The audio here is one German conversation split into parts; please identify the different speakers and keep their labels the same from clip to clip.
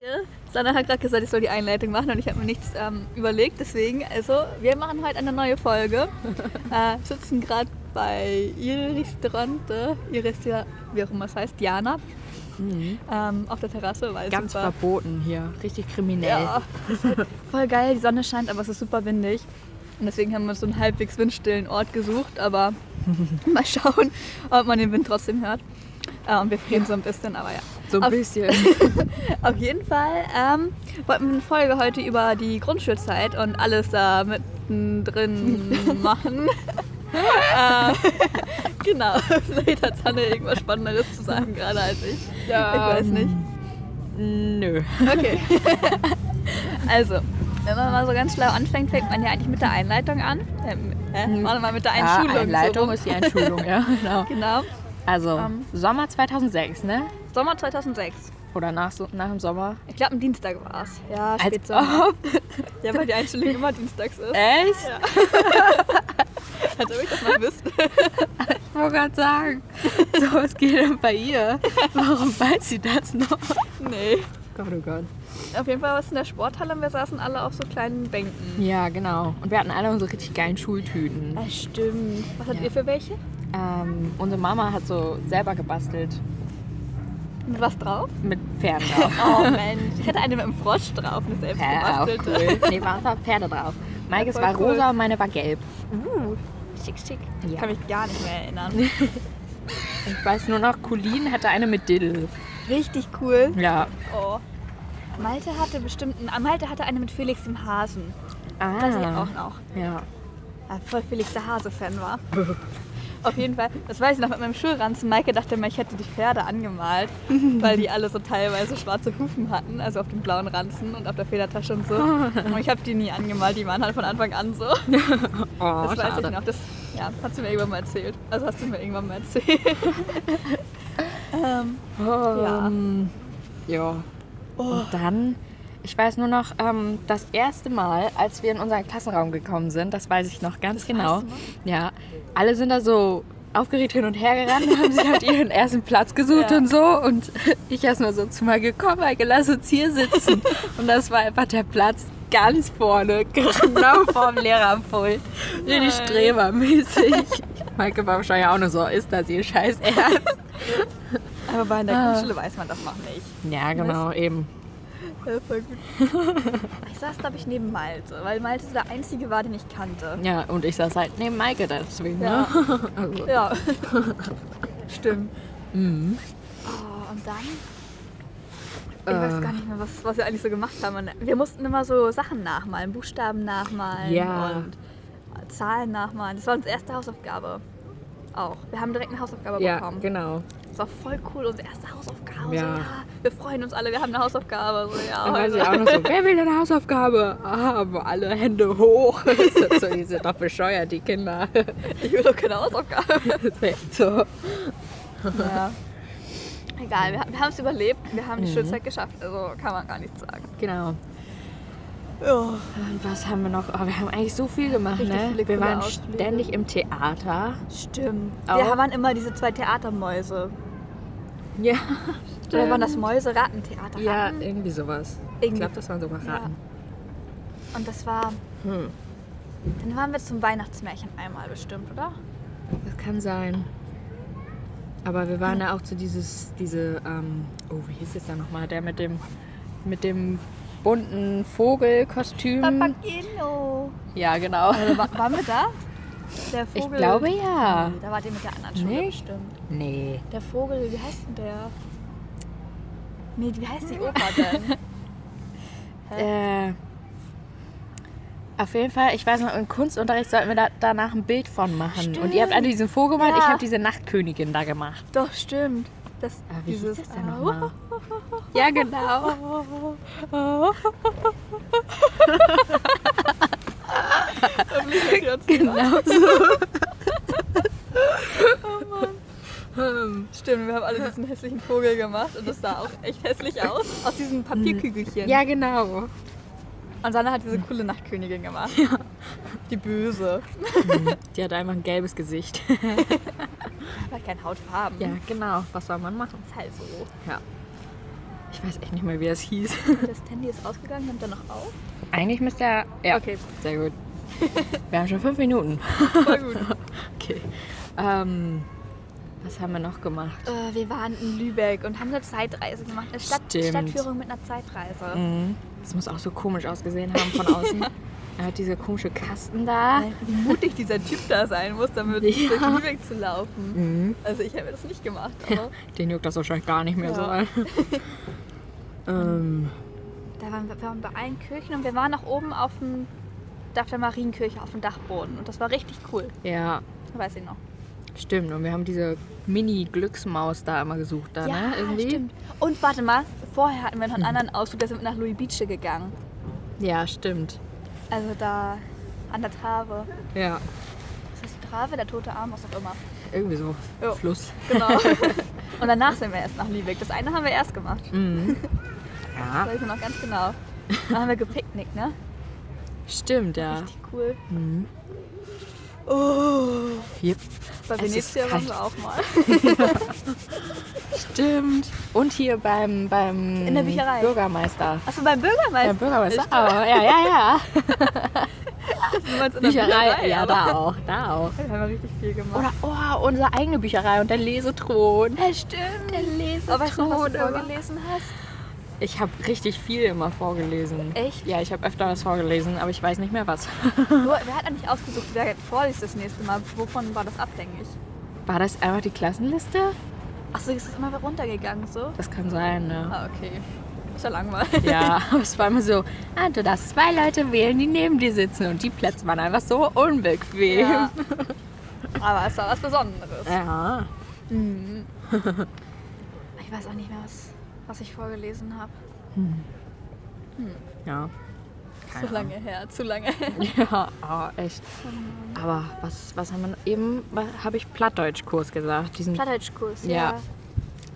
Speaker 1: Ja, Sandra hat gerade gesagt, ich soll die Einleitung machen und ich habe mir nichts ähm, überlegt. Deswegen, also, wir machen heute eine neue Folge. äh, sitzen gerade bei ihr Restaurante, ihr Restaurant, wie auch immer es heißt, Jana, ähm, auf der Terrasse, weil
Speaker 2: Ganz
Speaker 1: es super.
Speaker 2: verboten hier. Richtig kriminell.
Speaker 1: Ja, ist halt voll geil, die Sonne scheint, aber es ist super windig. Und deswegen haben wir uns so einen halbwegs windstillen Ort gesucht, aber mal schauen, ob man den Wind trotzdem hört. Äh, und wir frieren so ein bisschen, aber ja.
Speaker 2: So ein
Speaker 1: Auf-
Speaker 2: bisschen.
Speaker 1: Auf jeden Fall ähm, wollten wir eine Folge heute über die Grundschulzeit und alles da mittendrin machen. äh, genau, vielleicht hat Sanne irgendwas Spannenderes zu sagen gerade als ich. Ich weiß nicht.
Speaker 2: Nö.
Speaker 1: Okay. also, wenn man mal so ganz schlau anfängt, fängt man ja eigentlich mit der Einleitung an. Ähm, äh, warte mal, mit der
Speaker 2: Ja,
Speaker 1: Einschulung. so
Speaker 2: Einleitung
Speaker 1: rum.
Speaker 2: ist die Einschulung, ja. Genau.
Speaker 1: Genau.
Speaker 2: Also,
Speaker 1: Ähm.
Speaker 2: Sommer 2006, ne?
Speaker 1: Sommer 2006.
Speaker 2: Oder nach, so- nach dem Sommer.
Speaker 1: Ich glaube, ein Dienstag war es. Ja,
Speaker 2: Als
Speaker 1: Spätsommer. Ja, weil die Einschulung immer dienstags ist.
Speaker 2: Echt?
Speaker 1: Als ob ich das mal wüsste.
Speaker 2: Ich wollte gerade sagen. So, was geht denn bei ihr? Warum weiß sie das noch?
Speaker 1: Nee.
Speaker 2: Gott, oh Gott.
Speaker 1: Auf jeden Fall war es in der Sporthalle und wir saßen alle auf so kleinen Bänken.
Speaker 2: Ja, genau. Und wir hatten alle unsere richtig geilen Schultüten.
Speaker 1: Das Ah, stimmt. Was habt
Speaker 2: Ja.
Speaker 1: ihr für welche?
Speaker 2: Ähm, unsere Mama hat so selber gebastelt.
Speaker 1: Mit was drauf?
Speaker 2: Mit Pferden drauf.
Speaker 1: Oh Mensch. Ich hatte eine mit einem Frosch drauf, eine selbst
Speaker 2: Ja, auch
Speaker 1: gebastelte.
Speaker 2: cool. Nee, waren da Pferde drauf. Meikes
Speaker 1: voll
Speaker 2: war
Speaker 1: cool.
Speaker 2: rosa und meine war gelb.
Speaker 1: Uh, schick, schick. Ich
Speaker 2: Ja.
Speaker 1: kann mich gar nicht mehr erinnern.
Speaker 2: Ich weiß nur noch, Colleen hatte eine mit Dill.
Speaker 1: Richtig cool.
Speaker 2: Ja.
Speaker 1: Oh. Malte hatte bestimmt, ah, Malte hatte eine mit Felix dem Hasen.
Speaker 2: Ah.
Speaker 1: Weiß ich auch noch.
Speaker 2: Ja.
Speaker 1: Weil Ah, voll Felix der Hase-Fan war. Auf jeden Fall, das weiß ich noch mit meinem Schulranzen. Maike dachte immer, ich hätte die Pferde angemalt, weil die alle so teilweise schwarze Hufen hatten, also auf dem blauen Ranzen und auf der Federtasche und so. Und ich habe die nie angemalt, die waren halt von Anfang an so.
Speaker 2: Oh,
Speaker 1: Das weiß ich noch. Das ja, hat sie mir irgendwann mal erzählt. Also hast du mir irgendwann mal erzählt. ähm,
Speaker 2: Ähm, ja. Und dann, ich weiß nur noch, ähm, das erste Mal, als wir in unseren Klassenraum gekommen sind, das weiß ich noch ganz genau.
Speaker 1: erste Mal?
Speaker 2: Ja. Alle sind da so aufgeregt hin und her gerannt und haben sich halt ihren ersten Platz gesucht
Speaker 1: Ja.
Speaker 2: und so. Und ich erst mal so zu mal gekommen, Heike, lass uns hier sitzen. und das war einfach der Platz ganz vorne, genau vorm Lehrerpult.
Speaker 1: Nein.
Speaker 2: Richtig strebermäßig. Maike war wahrscheinlich auch nur so, ist das ihr scheiß Ernst?
Speaker 1: aber bei der
Speaker 2: Ah.
Speaker 1: Grundschule weiß man das noch nicht.
Speaker 2: Ja, genau, eben.
Speaker 1: Ja, voll gut. Ich saß, glaube ich, neben Malte, weil Malte der Einzige war, den ich kannte.
Speaker 2: Ja, und ich saß halt neben Maike deswegen,
Speaker 1: Ja.
Speaker 2: ne? Also,
Speaker 1: Ja. Stimmt.
Speaker 2: mhm.
Speaker 1: Oh, und dann? Ich
Speaker 2: Äh.
Speaker 1: weiß gar nicht mehr, was, was wir eigentlich so gemacht haben. Und Wir mussten immer so Sachen nachmalen, Buchstaben nachmalen
Speaker 2: Ja.
Speaker 1: und Zahlen nachmalen. Das war unsere erste Hausaufgabe. Auch. Wir haben direkt eine Hausaufgabe
Speaker 2: Ja,
Speaker 1: bekommen.
Speaker 2: genau.
Speaker 1: Das war voll cool, unsere erste Hausaufgabe.
Speaker 2: Ja.
Speaker 1: So, ja, wir freuen uns alle, wir haben eine Hausaufgabe. So, ja, also,
Speaker 2: Dann weiß
Speaker 1: heute.
Speaker 2: ich auch noch so, wer will eine Hausaufgabe? Aber alle Hände hoch. so, die sind doch bescheuert, die Kinder.
Speaker 1: ich will doch keine Hausaufgabe.
Speaker 2: Das ist echt so.
Speaker 1: Ja. Egal, wir, wir haben es überlebt, wir haben
Speaker 2: Mhm.
Speaker 1: die Schulzeit geschafft, also kann man gar nichts sagen.
Speaker 2: Genau.
Speaker 1: Ja.
Speaker 2: Und was haben wir noch? Oh, wir haben eigentlich so viel gemacht,
Speaker 1: Richtig
Speaker 2: ne?
Speaker 1: viele
Speaker 2: wir
Speaker 1: coole
Speaker 2: waren
Speaker 1: Ausflüge.
Speaker 2: ständig im Theater.
Speaker 1: Stimmt.
Speaker 2: Auch.
Speaker 1: Wir waren immer diese zwei Theatermäuse.
Speaker 2: Ja.
Speaker 1: Oder waren das Mäuse-Rattentheater?
Speaker 2: Ja,
Speaker 1: hatten.
Speaker 2: irgendwie sowas. Ich
Speaker 1: Irgendwie.
Speaker 2: glaube, das waren sogar
Speaker 1: Ja.
Speaker 2: Ratten.
Speaker 1: Und das war.
Speaker 2: Hm.
Speaker 1: Dann waren wir zum Weihnachtsmärchen einmal bestimmt, oder?
Speaker 2: Das kann sein. Aber wir waren da auch zu dieses, diese, ähm, oh, wie hieß es da nochmal? Der mit dem, mit dem bunten Vogelkostüm.
Speaker 1: Papageno.
Speaker 2: Ja, genau.
Speaker 1: Also, wa- waren wir da? Der
Speaker 2: Ich
Speaker 1: Vogel.
Speaker 2: glaube ja.
Speaker 1: Da wart ihr mit der anderen Schule
Speaker 2: Nicht?
Speaker 1: bestimmt.
Speaker 2: Nee.
Speaker 1: Der Vogel, wie heißt denn der? Nee, wie heißt
Speaker 2: Hm.
Speaker 1: die Oper denn?
Speaker 2: Äh, auf jeden Fall, ich weiß noch, im Kunstunterricht sollten wir da, danach ein Bild von machen. Und ihr habt alle diesen Vogel gemacht,
Speaker 1: Ja.
Speaker 2: ich habe diese Nachtkönigin da gemacht.
Speaker 1: Doch, stimmt. Das,
Speaker 2: Ah, wie hieß
Speaker 1: dieses,
Speaker 2: das denn
Speaker 1: ah,
Speaker 2: nochmal? Ja, genau.
Speaker 1: genau so. Oh Stimmt, wir haben alle diesen hässlichen Vogel gemacht und das sah auch echt hässlich aus. Aus diesem Papierkügelchen.
Speaker 2: Ja, genau.
Speaker 1: Und Sanna hat diese coole Nachtkönigin gemacht. Die böse.
Speaker 2: Die hat einfach ein gelbes Gesicht.
Speaker 1: Aber kein Hautfarben.
Speaker 2: Ja, genau. Was soll man machen?
Speaker 1: Ist halt so.
Speaker 2: Ja. Ich Ich weiß echt nicht mehr, wie das hieß.
Speaker 1: Das Handy ist ausgegangen, nimmt er noch auf?
Speaker 2: Eigentlich müsste er. Ja,
Speaker 1: Okay.
Speaker 2: sehr gut. Wir haben schon fünf Minuten.
Speaker 1: Voll gut.
Speaker 2: Okay. Ähm, was haben wir noch gemacht?
Speaker 1: Äh, wir waren in Lübeck und haben eine Zeitreise gemacht. Eine Stadt
Speaker 2: Stimmt.
Speaker 1: Stadtführung mit einer Zeitreise.
Speaker 2: Mhm. Das muss auch so komisch ausgesehen haben von außen. er hat diese komische Kasten da.
Speaker 1: Wie mutig dieser Typ da sein muss, damit
Speaker 2: Ja.
Speaker 1: durch Lübeck zu laufen.
Speaker 2: Mhm.
Speaker 1: Also ich hätte das nicht gemacht, aber
Speaker 2: Den juckt das wahrscheinlich gar nicht mehr
Speaker 1: Ja.
Speaker 2: so an. ähm,
Speaker 1: da waren wir, wir waren bei allen Kirchen und wir waren auch oben auf dem Dach der Marienkirche auf dem Dachboden und das war richtig cool.
Speaker 2: ja,
Speaker 1: Weiß ich noch.
Speaker 2: stimmt. Und wir haben diese Mini-Glücksmaus da immer gesucht. Da, ne? Irgendwie.
Speaker 1: stimmt. Und warte mal, vorher hatten wir noch einen anderen Ausflug, da sind wir nach Louis Beach gegangen.
Speaker 2: Ja, stimmt.
Speaker 1: Also da an der Trave.
Speaker 2: Ja,
Speaker 1: Ist das die Trave, der tote Arm, was auch immer.
Speaker 2: irgendwie so.
Speaker 1: Ja.
Speaker 2: Fluss.
Speaker 1: Genau. und danach sind wir erst nach Lübeck. Das eine haben wir erst gemacht.
Speaker 2: Mhm. Ja,
Speaker 1: Weiß ich noch ganz genau. Da haben wir gepicknickt, ne?
Speaker 2: stimmt, ja.
Speaker 1: Richtig cool.
Speaker 2: Mhm.
Speaker 1: Oh.
Speaker 2: Yep.
Speaker 1: Bei
Speaker 2: Es ist
Speaker 1: Venezia waren
Speaker 2: kalt.
Speaker 1: wir auch mal.
Speaker 2: Stimmt. Und hier beim, beim
Speaker 1: In der Bücherei.
Speaker 2: Bürgermeister.
Speaker 1: Achso, beim
Speaker 2: Der
Speaker 1: Bürgermeister.
Speaker 2: Bürgermeister. Oh, ja, ja, ja.
Speaker 1: sind wir uns in der
Speaker 2: Bücherei. Ja,
Speaker 1: aber-
Speaker 2: da auch. Da auch.
Speaker 1: Da haben wir richtig viel gemacht.
Speaker 2: Oder oh, unsere eigene Bücherei und der Lesethron.
Speaker 1: ja, stimmt. Der Leser. Aber weißt du, noch, was du vorgelesen hast?
Speaker 2: Ich habe richtig viel immer vorgelesen.
Speaker 1: Echt?
Speaker 2: Ja, ich habe öfter was vorgelesen, aber ich weiß nicht mehr was.
Speaker 1: Nur, wer hat eigentlich ausgesucht, wer jetzt vorliest das nächste Mal? Wovon war das abhängig?
Speaker 2: War das einfach die Klassenliste?
Speaker 1: Achso, ist das immer wieder runtergegangen so?
Speaker 2: Das kann sein, ne?
Speaker 1: Ah, okay. Ist ja langweilig.
Speaker 2: Ja, aber es war immer so, ah, du darfst zwei Leute wählen, die neben dir sitzen und die Plätze waren einfach so unbequem.
Speaker 1: Ja. Aber es war was Besonderes.
Speaker 2: ja.
Speaker 1: Mhm. Ich weiß auch nicht mehr, was, was ich vorgelesen habe.
Speaker 2: Ja.
Speaker 1: Zu
Speaker 2: Keine
Speaker 1: lange her, zu lange her.
Speaker 2: Ja, oh, echt. Aber was, was haben wir noch- eben, habe ich Plattdeutschkurs gesagt. Diesen,
Speaker 1: Plattdeutschkurs,
Speaker 2: Ja.
Speaker 1: ja.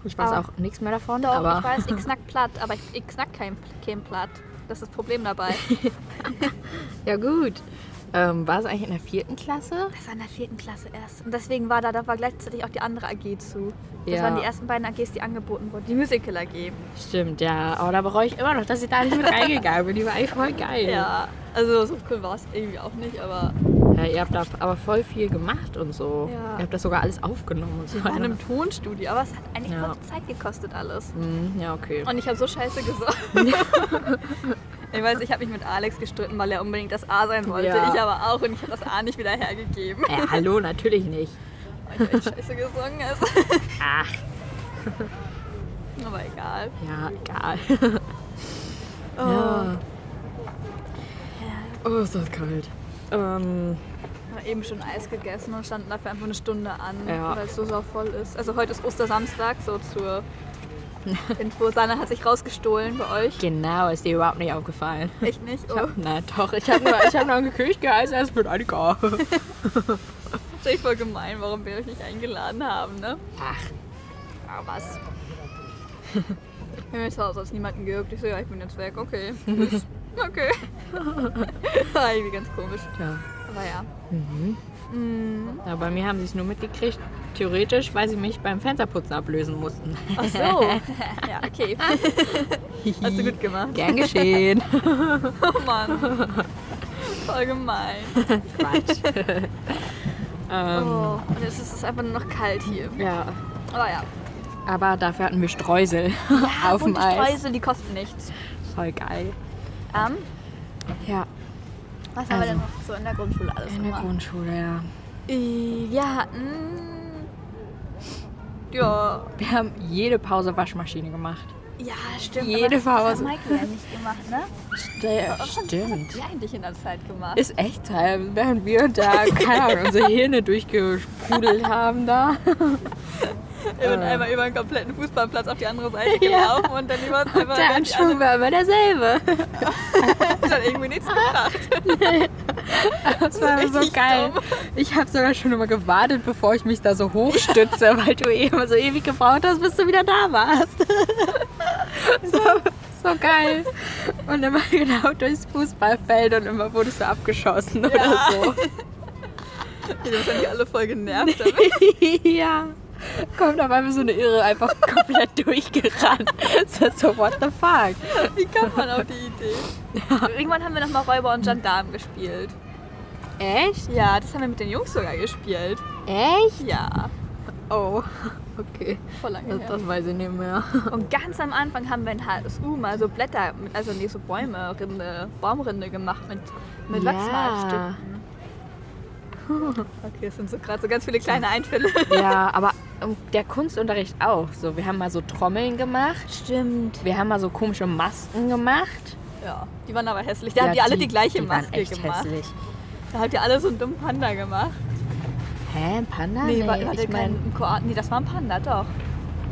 Speaker 2: ich weiß
Speaker 1: ah.
Speaker 2: auch nichts mehr davon,
Speaker 1: Doch,
Speaker 2: aber
Speaker 1: ich weiß, ich knack platt, aber ich, ich knack kein, kein Platt. Das ist das Problem dabei.
Speaker 2: ja gut. Ähm, war es eigentlich in der vierten Klasse?
Speaker 1: Das war in der vierten Klasse erst. Und deswegen war da, da war gleichzeitig auch die andere AG zu. Das
Speaker 2: Ja.
Speaker 1: waren die ersten beiden AGs, die angeboten wurden. Die Musical AG.
Speaker 2: Stimmt, ja. Aber da bereue ich immer noch, dass ich da nicht mit reingegangen bin. Die war eigentlich voll geil.
Speaker 1: Ja. Also so cool war es irgendwie auch nicht, aber
Speaker 2: Ja, ihr habt da aber voll viel gemacht und so.
Speaker 1: Ja.
Speaker 2: Ihr habt das sogar alles aufgenommen und so.
Speaker 1: wir waren im Tonstudio. Aber es hat eigentlich
Speaker 2: Ja.
Speaker 1: voll viel Zeit gekostet alles.
Speaker 2: Mhm, ja, okay.
Speaker 1: Und ich habe so scheiße gesagt. ich weiß, ich habe mich mit Alex gestritten, weil er unbedingt das A sein wollte.
Speaker 2: Ja.
Speaker 1: Ich aber auch und ich habe das A nicht wieder hergegeben.
Speaker 2: Äh, hallo, natürlich nicht.
Speaker 1: Weil ich echt scheiße gesungen ist.
Speaker 2: Ach,
Speaker 1: aber egal.
Speaker 2: ja, egal.
Speaker 1: Oh.
Speaker 2: Ja. Oh, ist das kalt. Ähm,
Speaker 1: Wir haben eben schon Eis gegessen und standen dafür einfach eine Stunde an,
Speaker 2: Ja.
Speaker 1: weil es so sauvoll ist. Also heute ist Ostersamstag, so zur Info. Sanne hat sich rausgestohlen bei euch.
Speaker 2: genau, ist dir überhaupt nicht aufgefallen.
Speaker 1: Echt nicht?
Speaker 2: Ich
Speaker 1: Oh.
Speaker 2: hab, na doch, ich habe nur, ich hab nur gekühlt geheißen, es wird einiger.
Speaker 1: Das ist echt voll gemein, warum wir euch nicht eingeladen haben, ne?
Speaker 2: Ach,
Speaker 1: Aber was? Wir haben jetzt aus, als niemanden gejuckt. Ich so, ja, ich bin jetzt weg, okay. okay. War irgendwie ganz komisch.
Speaker 2: ja.
Speaker 1: Aber ja.
Speaker 2: Mhm.
Speaker 1: Mm.
Speaker 2: ja. Bei mir haben sie es nur mitgekriegt, theoretisch, weil sie mich beim Fensterputzen ablösen mussten.
Speaker 1: Ach so. ja, okay. Hast du gut gemacht.
Speaker 2: Gern geschehen.
Speaker 1: Oh Mann. Voll gemein.
Speaker 2: Quatsch. ähm,
Speaker 1: Oh, und jetzt ist es einfach nur noch kalt hier.
Speaker 2: Ja,
Speaker 1: Aber ja. Ah,
Speaker 2: aber dafür hatten wir Streusel auf dem
Speaker 1: und die
Speaker 2: Eis.
Speaker 1: Streusel, die kosten nichts.
Speaker 2: Voll geil.
Speaker 1: Ähm,
Speaker 2: Ja,
Speaker 1: was haben wir
Speaker 2: Also.
Speaker 1: denn noch so in der Grundschule alles
Speaker 2: in der
Speaker 1: gemacht?
Speaker 2: Grundschule, ja.
Speaker 1: Äh, Wir hatten. Ja.
Speaker 2: Wir haben jede Pause Waschmaschine gemacht.
Speaker 1: Ja, stimmt.
Speaker 2: Jede
Speaker 1: aber das-
Speaker 2: Pause.
Speaker 1: Das hat Michael ja nicht gemacht, ne? Was hat- Was hat die eigentlich in der Zeit gemacht?
Speaker 2: Ist echt teil, während wir da, keine Ahnung, unsere Hirne durchgesprudelt haben da.
Speaker 1: Ich bin einmal über den kompletten Fußballplatz auf die andere Seite gelaufen und dann über einmal
Speaker 2: Der
Speaker 1: ganz
Speaker 2: Anschwung war immer derselbe.
Speaker 1: anders. Hat irgendwie nichts gebracht.
Speaker 2: Das war
Speaker 1: Richtig
Speaker 2: so geil.
Speaker 1: dumm.
Speaker 2: Ich habe sogar schon immer gewartet, bevor ich mich da so hochstütze, weil du eh immer so ewig gebraucht hast, bis du wieder da warst. so, so geil. Und immer genau durchs Fußballfeld und immer wurdest du abgeschossen oder so.
Speaker 1: Die sind wahrscheinlich alle voll genervt damit.
Speaker 2: ja. kommt auf einmal so eine Irre einfach komplett durchgerannt. So, so, what the fuck?
Speaker 1: Wie kommt man auf die Idee? Irgendwann haben wir nochmal Räuber und Gendarm gespielt.
Speaker 2: Echt?
Speaker 1: Ja, das haben wir mit den Jungs sogar gespielt.
Speaker 2: Echt?
Speaker 1: Ja,
Speaker 2: Oh, okay.
Speaker 1: vor lange
Speaker 2: Das,
Speaker 1: her.
Speaker 2: das weiß ich nicht mehr.
Speaker 1: Und ganz am Anfang haben wir in HSU mal so Blätter, mit, also nee, so Bäume, Rinde, Baumrinde gemacht mit, mit
Speaker 2: Ja.
Speaker 1: Wachsmalstiften. Okay, das sind so gerade so ganz viele kleine Einfälle.
Speaker 2: Ja, aber ähm, der Kunstunterricht auch. So, wir haben mal so Trommeln gemacht.
Speaker 1: Stimmt.
Speaker 2: Wir haben mal so komische Masken gemacht.
Speaker 1: Ja, die waren aber hässlich. Da haben die alle die gleiche
Speaker 2: die waren
Speaker 1: Maske
Speaker 2: echt
Speaker 1: gemacht.
Speaker 2: Hässlich.
Speaker 1: Da habt ihr alle so einen dummen Panda gemacht.
Speaker 2: Hä, ein Panda?
Speaker 1: nee, war, hatte
Speaker 2: ich, mein,
Speaker 1: keinen Koala. Nee, das war ein Panda, doch.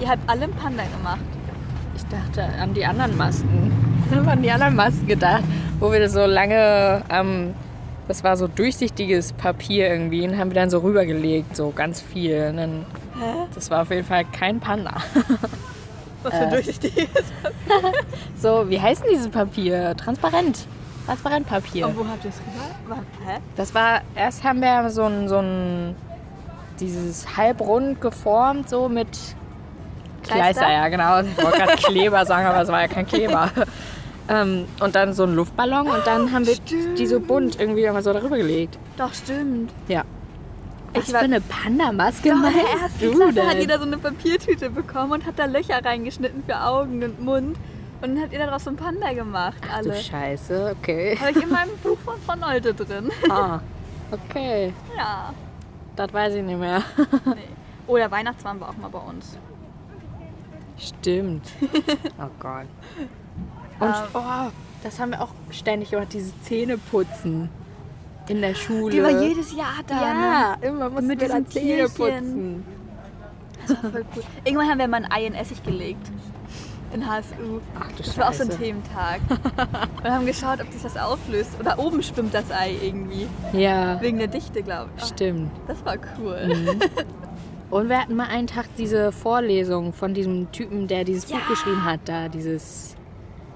Speaker 1: Ihr habt alle einen Panda gemacht.
Speaker 2: ich dachte an die anderen Masken. Ich habe an die anderen Masken gedacht, wo wir so lange, ähm, das war so durchsichtiges Papier irgendwie, und haben wir dann so rübergelegt, so ganz viel. Und dann,
Speaker 1: Hä?
Speaker 2: das war auf jeden Fall kein Panda.
Speaker 1: Was für
Speaker 2: Äh.
Speaker 1: durchsichtiges.
Speaker 2: So, wie heißt denn dieses Papier? Transparent. Transparentpapier.
Speaker 1: Und wo habt ihr es rüber? War- Hä?
Speaker 2: Das war, erst haben wir so ein, so ein, dieses halbrund geformt, so mit
Speaker 1: Kleister?
Speaker 2: Kleister, ja genau. Ich wollte gerade Kleber sagen, aber es war ja kein Kleber. ähm, und dann so ein Luftballon und dann haben wir die so bunt irgendwie immer so darüber gelegt.
Speaker 1: Doch, stimmt.
Speaker 2: Ja.
Speaker 1: Ich
Speaker 2: Was
Speaker 1: war-
Speaker 2: für eine Panda-Maske
Speaker 1: Doch, in der
Speaker 2: meinst
Speaker 1: ersten
Speaker 2: du
Speaker 1: Klasse hat
Speaker 2: denn?
Speaker 1: jeder so eine Papiertüte bekommen und hat da Löcher reingeschnitten für Augen und Mund. Und dann habt ihr daraus so einen Panda gemacht,
Speaker 2: Ach du
Speaker 1: alle.
Speaker 2: Scheiße, okay.
Speaker 1: Habe ich in meinem Buch von von Olte drin.
Speaker 2: Ah, okay,
Speaker 1: Ja.
Speaker 2: das weiß ich nicht mehr.
Speaker 1: Nee. Oder Weihnachtsmann war auch mal bei uns.
Speaker 2: Stimmt. Oh Gott. Und
Speaker 1: Ähm.
Speaker 2: oh, das haben wir auch ständig gemacht, diese Zähneputzen in der Schule.
Speaker 1: Die war jedes Jahr da. Ne?
Speaker 2: Ja, immer mussten
Speaker 1: Mit
Speaker 2: wir da
Speaker 1: diesen
Speaker 2: Zähne
Speaker 1: Tierchen.
Speaker 2: putzen.
Speaker 1: Das war voll cool. Irgendwann haben wir mal ein Ei in Essig gelegt. In HSU.
Speaker 2: Ach du
Speaker 1: Das war auch so ein
Speaker 2: Scheiße.
Speaker 1: Thementag. Wir haben geschaut, ob sich das auflöst. Oder oben schwimmt das Ei irgendwie.
Speaker 2: Ja,
Speaker 1: Wegen der Dichte, glaube ich.
Speaker 2: stimmt.
Speaker 1: Das war cool.
Speaker 2: Mhm. Und wir hatten mal einen Tag diese Vorlesung von diesem Typen, der dieses
Speaker 1: Ja.
Speaker 2: Buch geschrieben hat, da dieses,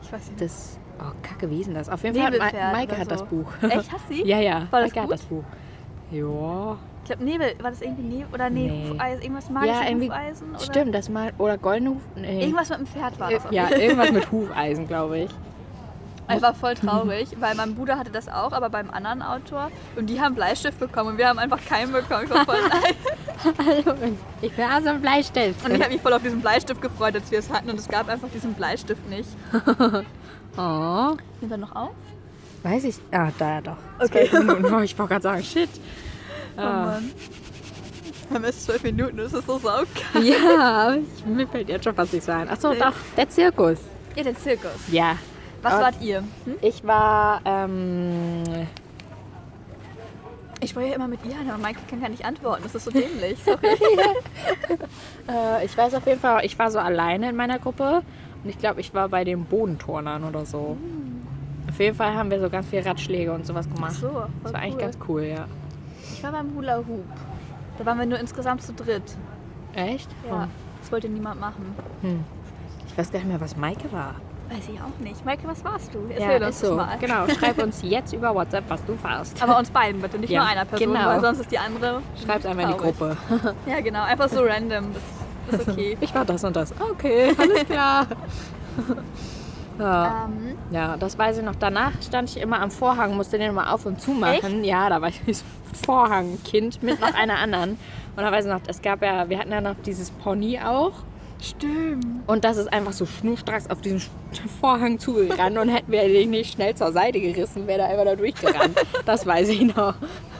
Speaker 1: Ich weiß nicht.
Speaker 2: das, oh Kacke, wie ist denn das? Auf jeden Fall, hat Ma
Speaker 1: Nebelpferd
Speaker 2: Maike
Speaker 1: oder
Speaker 2: hat
Speaker 1: so.
Speaker 2: das Buch.
Speaker 1: Echt, hast du?
Speaker 2: Ja, ja,
Speaker 1: War das
Speaker 2: Maike
Speaker 1: gut?
Speaker 2: hat das Buch. Ja,
Speaker 1: Ich glaube, Nebel, war das irgendwie Nebel? Oder nee,
Speaker 2: Nee.
Speaker 1: Hufeisen, irgendwas magisches
Speaker 2: Ja, irgendwie-
Speaker 1: Hufeisen? Oder?
Speaker 2: stimmt, das mal, oder Goldene Huf, nee.
Speaker 1: Irgendwas mit dem Pferd war das. auch.
Speaker 2: Ja, irgendwas mit Hufeisen, glaube ich.
Speaker 1: Ich war voll traurig, weil mein Bruder hatte das auch, aber beim anderen Autor. Und die haben Bleistift bekommen und wir haben einfach keinen bekommen. Ich war voll leid.
Speaker 2: Ich will auch so ein Bleistift.
Speaker 1: Und ich habe mich voll auf diesen Bleistift gefreut, als wir es hatten. Und es gab einfach diesen Bleistift nicht.
Speaker 2: oh,
Speaker 1: Nimmt er noch auf?
Speaker 2: weiß ich. Ah, da doch.
Speaker 1: Okay.
Speaker 2: Zwölf Minuten. ich wollte gerade sagen, shit. Ah.
Speaker 1: Oh Mann. Wir haben erst zwölf Minuten, das ist so saug.
Speaker 2: Ja, ich, mir fällt jetzt schon fast nichts ein. Achso,
Speaker 1: Nee.
Speaker 2: doch, der Zirkus.
Speaker 1: Ja, der Zirkus.
Speaker 2: Ja.
Speaker 1: Was
Speaker 2: Aber-
Speaker 1: wart ihr? Hm?
Speaker 2: Ich war, ähm,
Speaker 1: Ich spreche ja immer mit ihr, aber Maike kann gar nicht antworten. Das ist so dämlich. Sorry.
Speaker 2: äh, ich weiß auf jeden Fall, ich war so alleine in meiner Gruppe und ich glaube, ich war bei den Bodenturnern oder so. Auf jeden Fall haben wir so ganz viel Ratschläge und sowas
Speaker 1: Ach
Speaker 2: gemacht.
Speaker 1: so, voll
Speaker 2: das war eigentlich
Speaker 1: cool.
Speaker 2: ganz cool, ja.
Speaker 1: Ich war beim Hula Hoop. Da waren wir nur insgesamt zu dritt.
Speaker 2: Echt?
Speaker 1: Ja. Das wollte niemand machen.
Speaker 2: Hm. Ich weiß gar nicht mehr, was Maike war.
Speaker 1: Weiß ich auch nicht. Maike, was warst du?
Speaker 2: Ja,
Speaker 1: Erzähl uns
Speaker 2: ist
Speaker 1: das
Speaker 2: so.
Speaker 1: mal.
Speaker 2: Genau, schreib uns jetzt über WhatsApp, was du warst.
Speaker 1: Aber uns beiden bitte, nicht
Speaker 2: Ja,
Speaker 1: nur einer Person,
Speaker 2: genau.
Speaker 1: weil sonst ist die andere.
Speaker 2: Schreib's einfach in die
Speaker 1: traurig.
Speaker 2: Gruppe.
Speaker 1: Ja, genau. Einfach so random. Das ist okay.
Speaker 2: Ich war das und das. Okay, alles klar. ja.
Speaker 1: ähm,
Speaker 2: ja, das weiß ich noch. Danach stand ich immer am Vorhang, musste den immer auf und zu machen. Ja, da war ich das Vorhangkind mit noch einer anderen. Und da weiß ich noch, es gab ja, wir hatten ja noch dieses Pony auch.
Speaker 1: stimmt.
Speaker 2: Und das ist einfach so schnurstracks auf diesen Vorhang zugerannt. Und hätten wir den nicht schnell zur Seite gerissen, wäre da einfach da durchgerannt. Das weiß ich noch.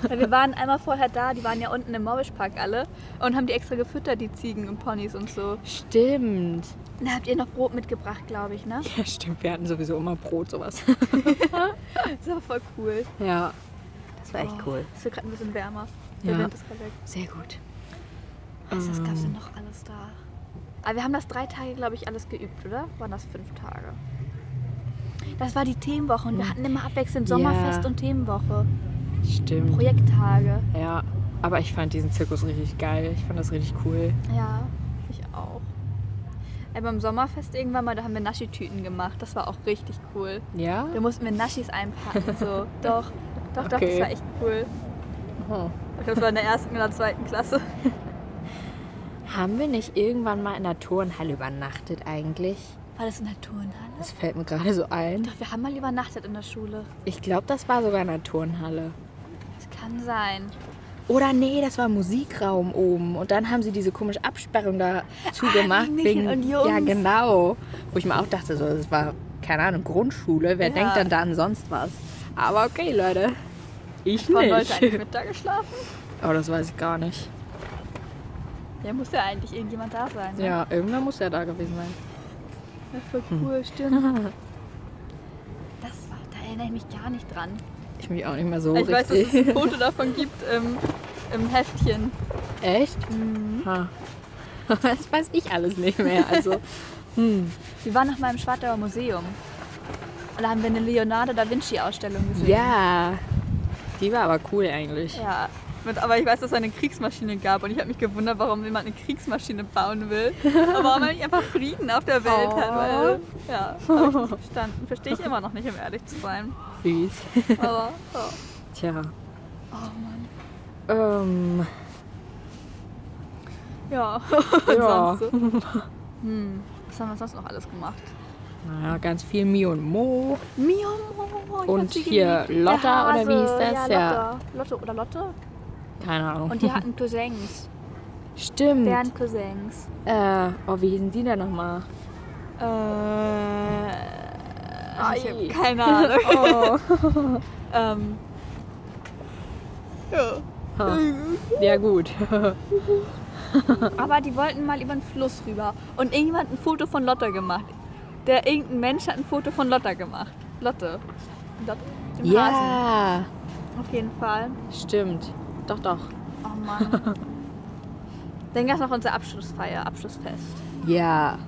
Speaker 1: Weil wir waren einmal vorher da, die waren ja unten im Morbischpark alle und haben die extra gefüttert, die Ziegen und Ponys und so.
Speaker 2: Stimmt.
Speaker 1: Da habt ihr noch Brot mitgebracht, glaube ich, ne?
Speaker 2: Ja, stimmt. Wir hatten sowieso immer Brot, sowas.
Speaker 1: Das war voll cool.
Speaker 2: Ja. Das war
Speaker 1: Oh, Es wird gerade ein bisschen wärmer. Der
Speaker 2: Ja. Ähm.
Speaker 1: Wind ist gerade weg.
Speaker 2: Sehr gut.
Speaker 1: Also, was gab es denn noch alles da? Aber wir haben das drei Tage, glaube ich, alles geübt, oder? Waren das fünf Tage? Das war die Themenwoche und wir hatten immer abwechselnd
Speaker 2: Ja.
Speaker 1: Sommerfest und Themenwoche.
Speaker 2: Stimmt.
Speaker 1: Projekttage.
Speaker 2: Ja. Aber ich fand diesen Zirkus richtig geil. Ich fand das richtig cool.
Speaker 1: Ja, ich auch. Aber im Sommerfest irgendwann mal, da haben wir Naschi-Tüten gemacht. Das war auch richtig cool.
Speaker 2: Ja?
Speaker 1: Da mussten wir Naschis einpacken. So, doch, doch, doch, das
Speaker 2: Okay.
Speaker 1: war echt cool.
Speaker 2: Oh.
Speaker 1: Ich glaube, das war in der ersten oder zweiten Klasse.
Speaker 2: Haben wir nicht irgendwann mal in einer Turnhalle übernachtet eigentlich?
Speaker 1: War das in der Turnhalle?
Speaker 2: Das fällt mir gerade so ein.
Speaker 1: Doch, wir haben mal übernachtet in der Schule.
Speaker 2: Ich glaube, das war sogar in einer Turnhalle.
Speaker 1: Das kann sein.
Speaker 2: Oder nee, das war Musikraum oben. Und dann haben sie diese komische Absperrung da zugemacht.
Speaker 1: wegen Mädchen und Jungs.
Speaker 2: Ja, genau. Wo ich mir auch dachte, so, das war, keine Ahnung, Grundschule. Wer
Speaker 1: Ja.
Speaker 2: denkt dann da an sonst was? Aber okay, Leute. Ich
Speaker 1: Haben Leute eigentlich
Speaker 2: nicht.
Speaker 1: mit da geschlafen?
Speaker 2: Aber das weiß ich gar nicht.
Speaker 1: Ja, muss ja eigentlich irgendjemand da sein. Ne?
Speaker 2: Ja, Hm. irgendwann muss er da gewesen sein.
Speaker 1: Ja, Voll cool, stimmt. Das war, da erinnere ich mich gar nicht dran.
Speaker 2: Ich mich auch nicht mehr so
Speaker 1: ich weiß, dass
Speaker 2: richtig.
Speaker 1: es ein Foto davon gibt im, im Heftchen.
Speaker 2: Echt?
Speaker 1: Mhm.
Speaker 2: Ha. Das weiß ich alles nicht mehr. Also, hm.
Speaker 1: Wir waren noch mal im Schwartauer Museum. Und da haben wir eine Leonardo da Vinci Ausstellung gesehen.
Speaker 2: Ja. Die war aber cool eigentlich.
Speaker 1: Ja. Mit, aber ich weiß, dass es eine Kriegsmaschine gab und ich habe mich gewundert, warum jemand eine Kriegsmaschine bauen will. Aber warum man nicht einfach Frieden auf der Welt hat. Weil,
Speaker 2: Oh.
Speaker 1: ja, hab ich nicht verstanden. Verstehe ich immer noch nicht, um ehrlich zu sein.
Speaker 2: Süß.
Speaker 1: Aber, ja.
Speaker 2: Tja.
Speaker 1: oh Mann.
Speaker 2: Ähm,
Speaker 1: Ja.
Speaker 2: Ja.
Speaker 1: Und sonst so. Hm. Was haben wir sonst noch alles gemacht?
Speaker 2: naja, ganz viel Mio und Mo.
Speaker 1: Mio, oh, ich
Speaker 2: Und
Speaker 1: hab sie
Speaker 2: hier
Speaker 1: geliebt. Der
Speaker 2: Lotta, oder wie
Speaker 1: Hase,
Speaker 2: hieß
Speaker 1: Ja,
Speaker 2: das? Ja.
Speaker 1: Lotta. Lotte oder Lotte?
Speaker 2: Keine Ahnung.
Speaker 1: Und die hatten Cousins.
Speaker 2: Stimmt.
Speaker 1: Deren Cousins.
Speaker 2: Äh, oh, wie hießen die denn nochmal?
Speaker 1: Äh, Also ich
Speaker 2: Ei.
Speaker 1: habe keine Ahnung.
Speaker 2: Oh.
Speaker 1: ähm, ja.
Speaker 2: Ha. Ja, gut.
Speaker 1: Aber die wollten mal über den Fluss rüber. Und irgendjemand hat ein Foto von Lotta gemacht. Der irgendein Mensch hat ein Foto von Lotta gemacht. Lotte. Lotte. Dem Hasen.
Speaker 2: ja,
Speaker 1: Auf jeden Fall.
Speaker 2: stimmt. Doch, doch.
Speaker 1: Oh Mann. Dann gab es noch unsere Abschlussfeier, Abschlussfest.
Speaker 2: Ja,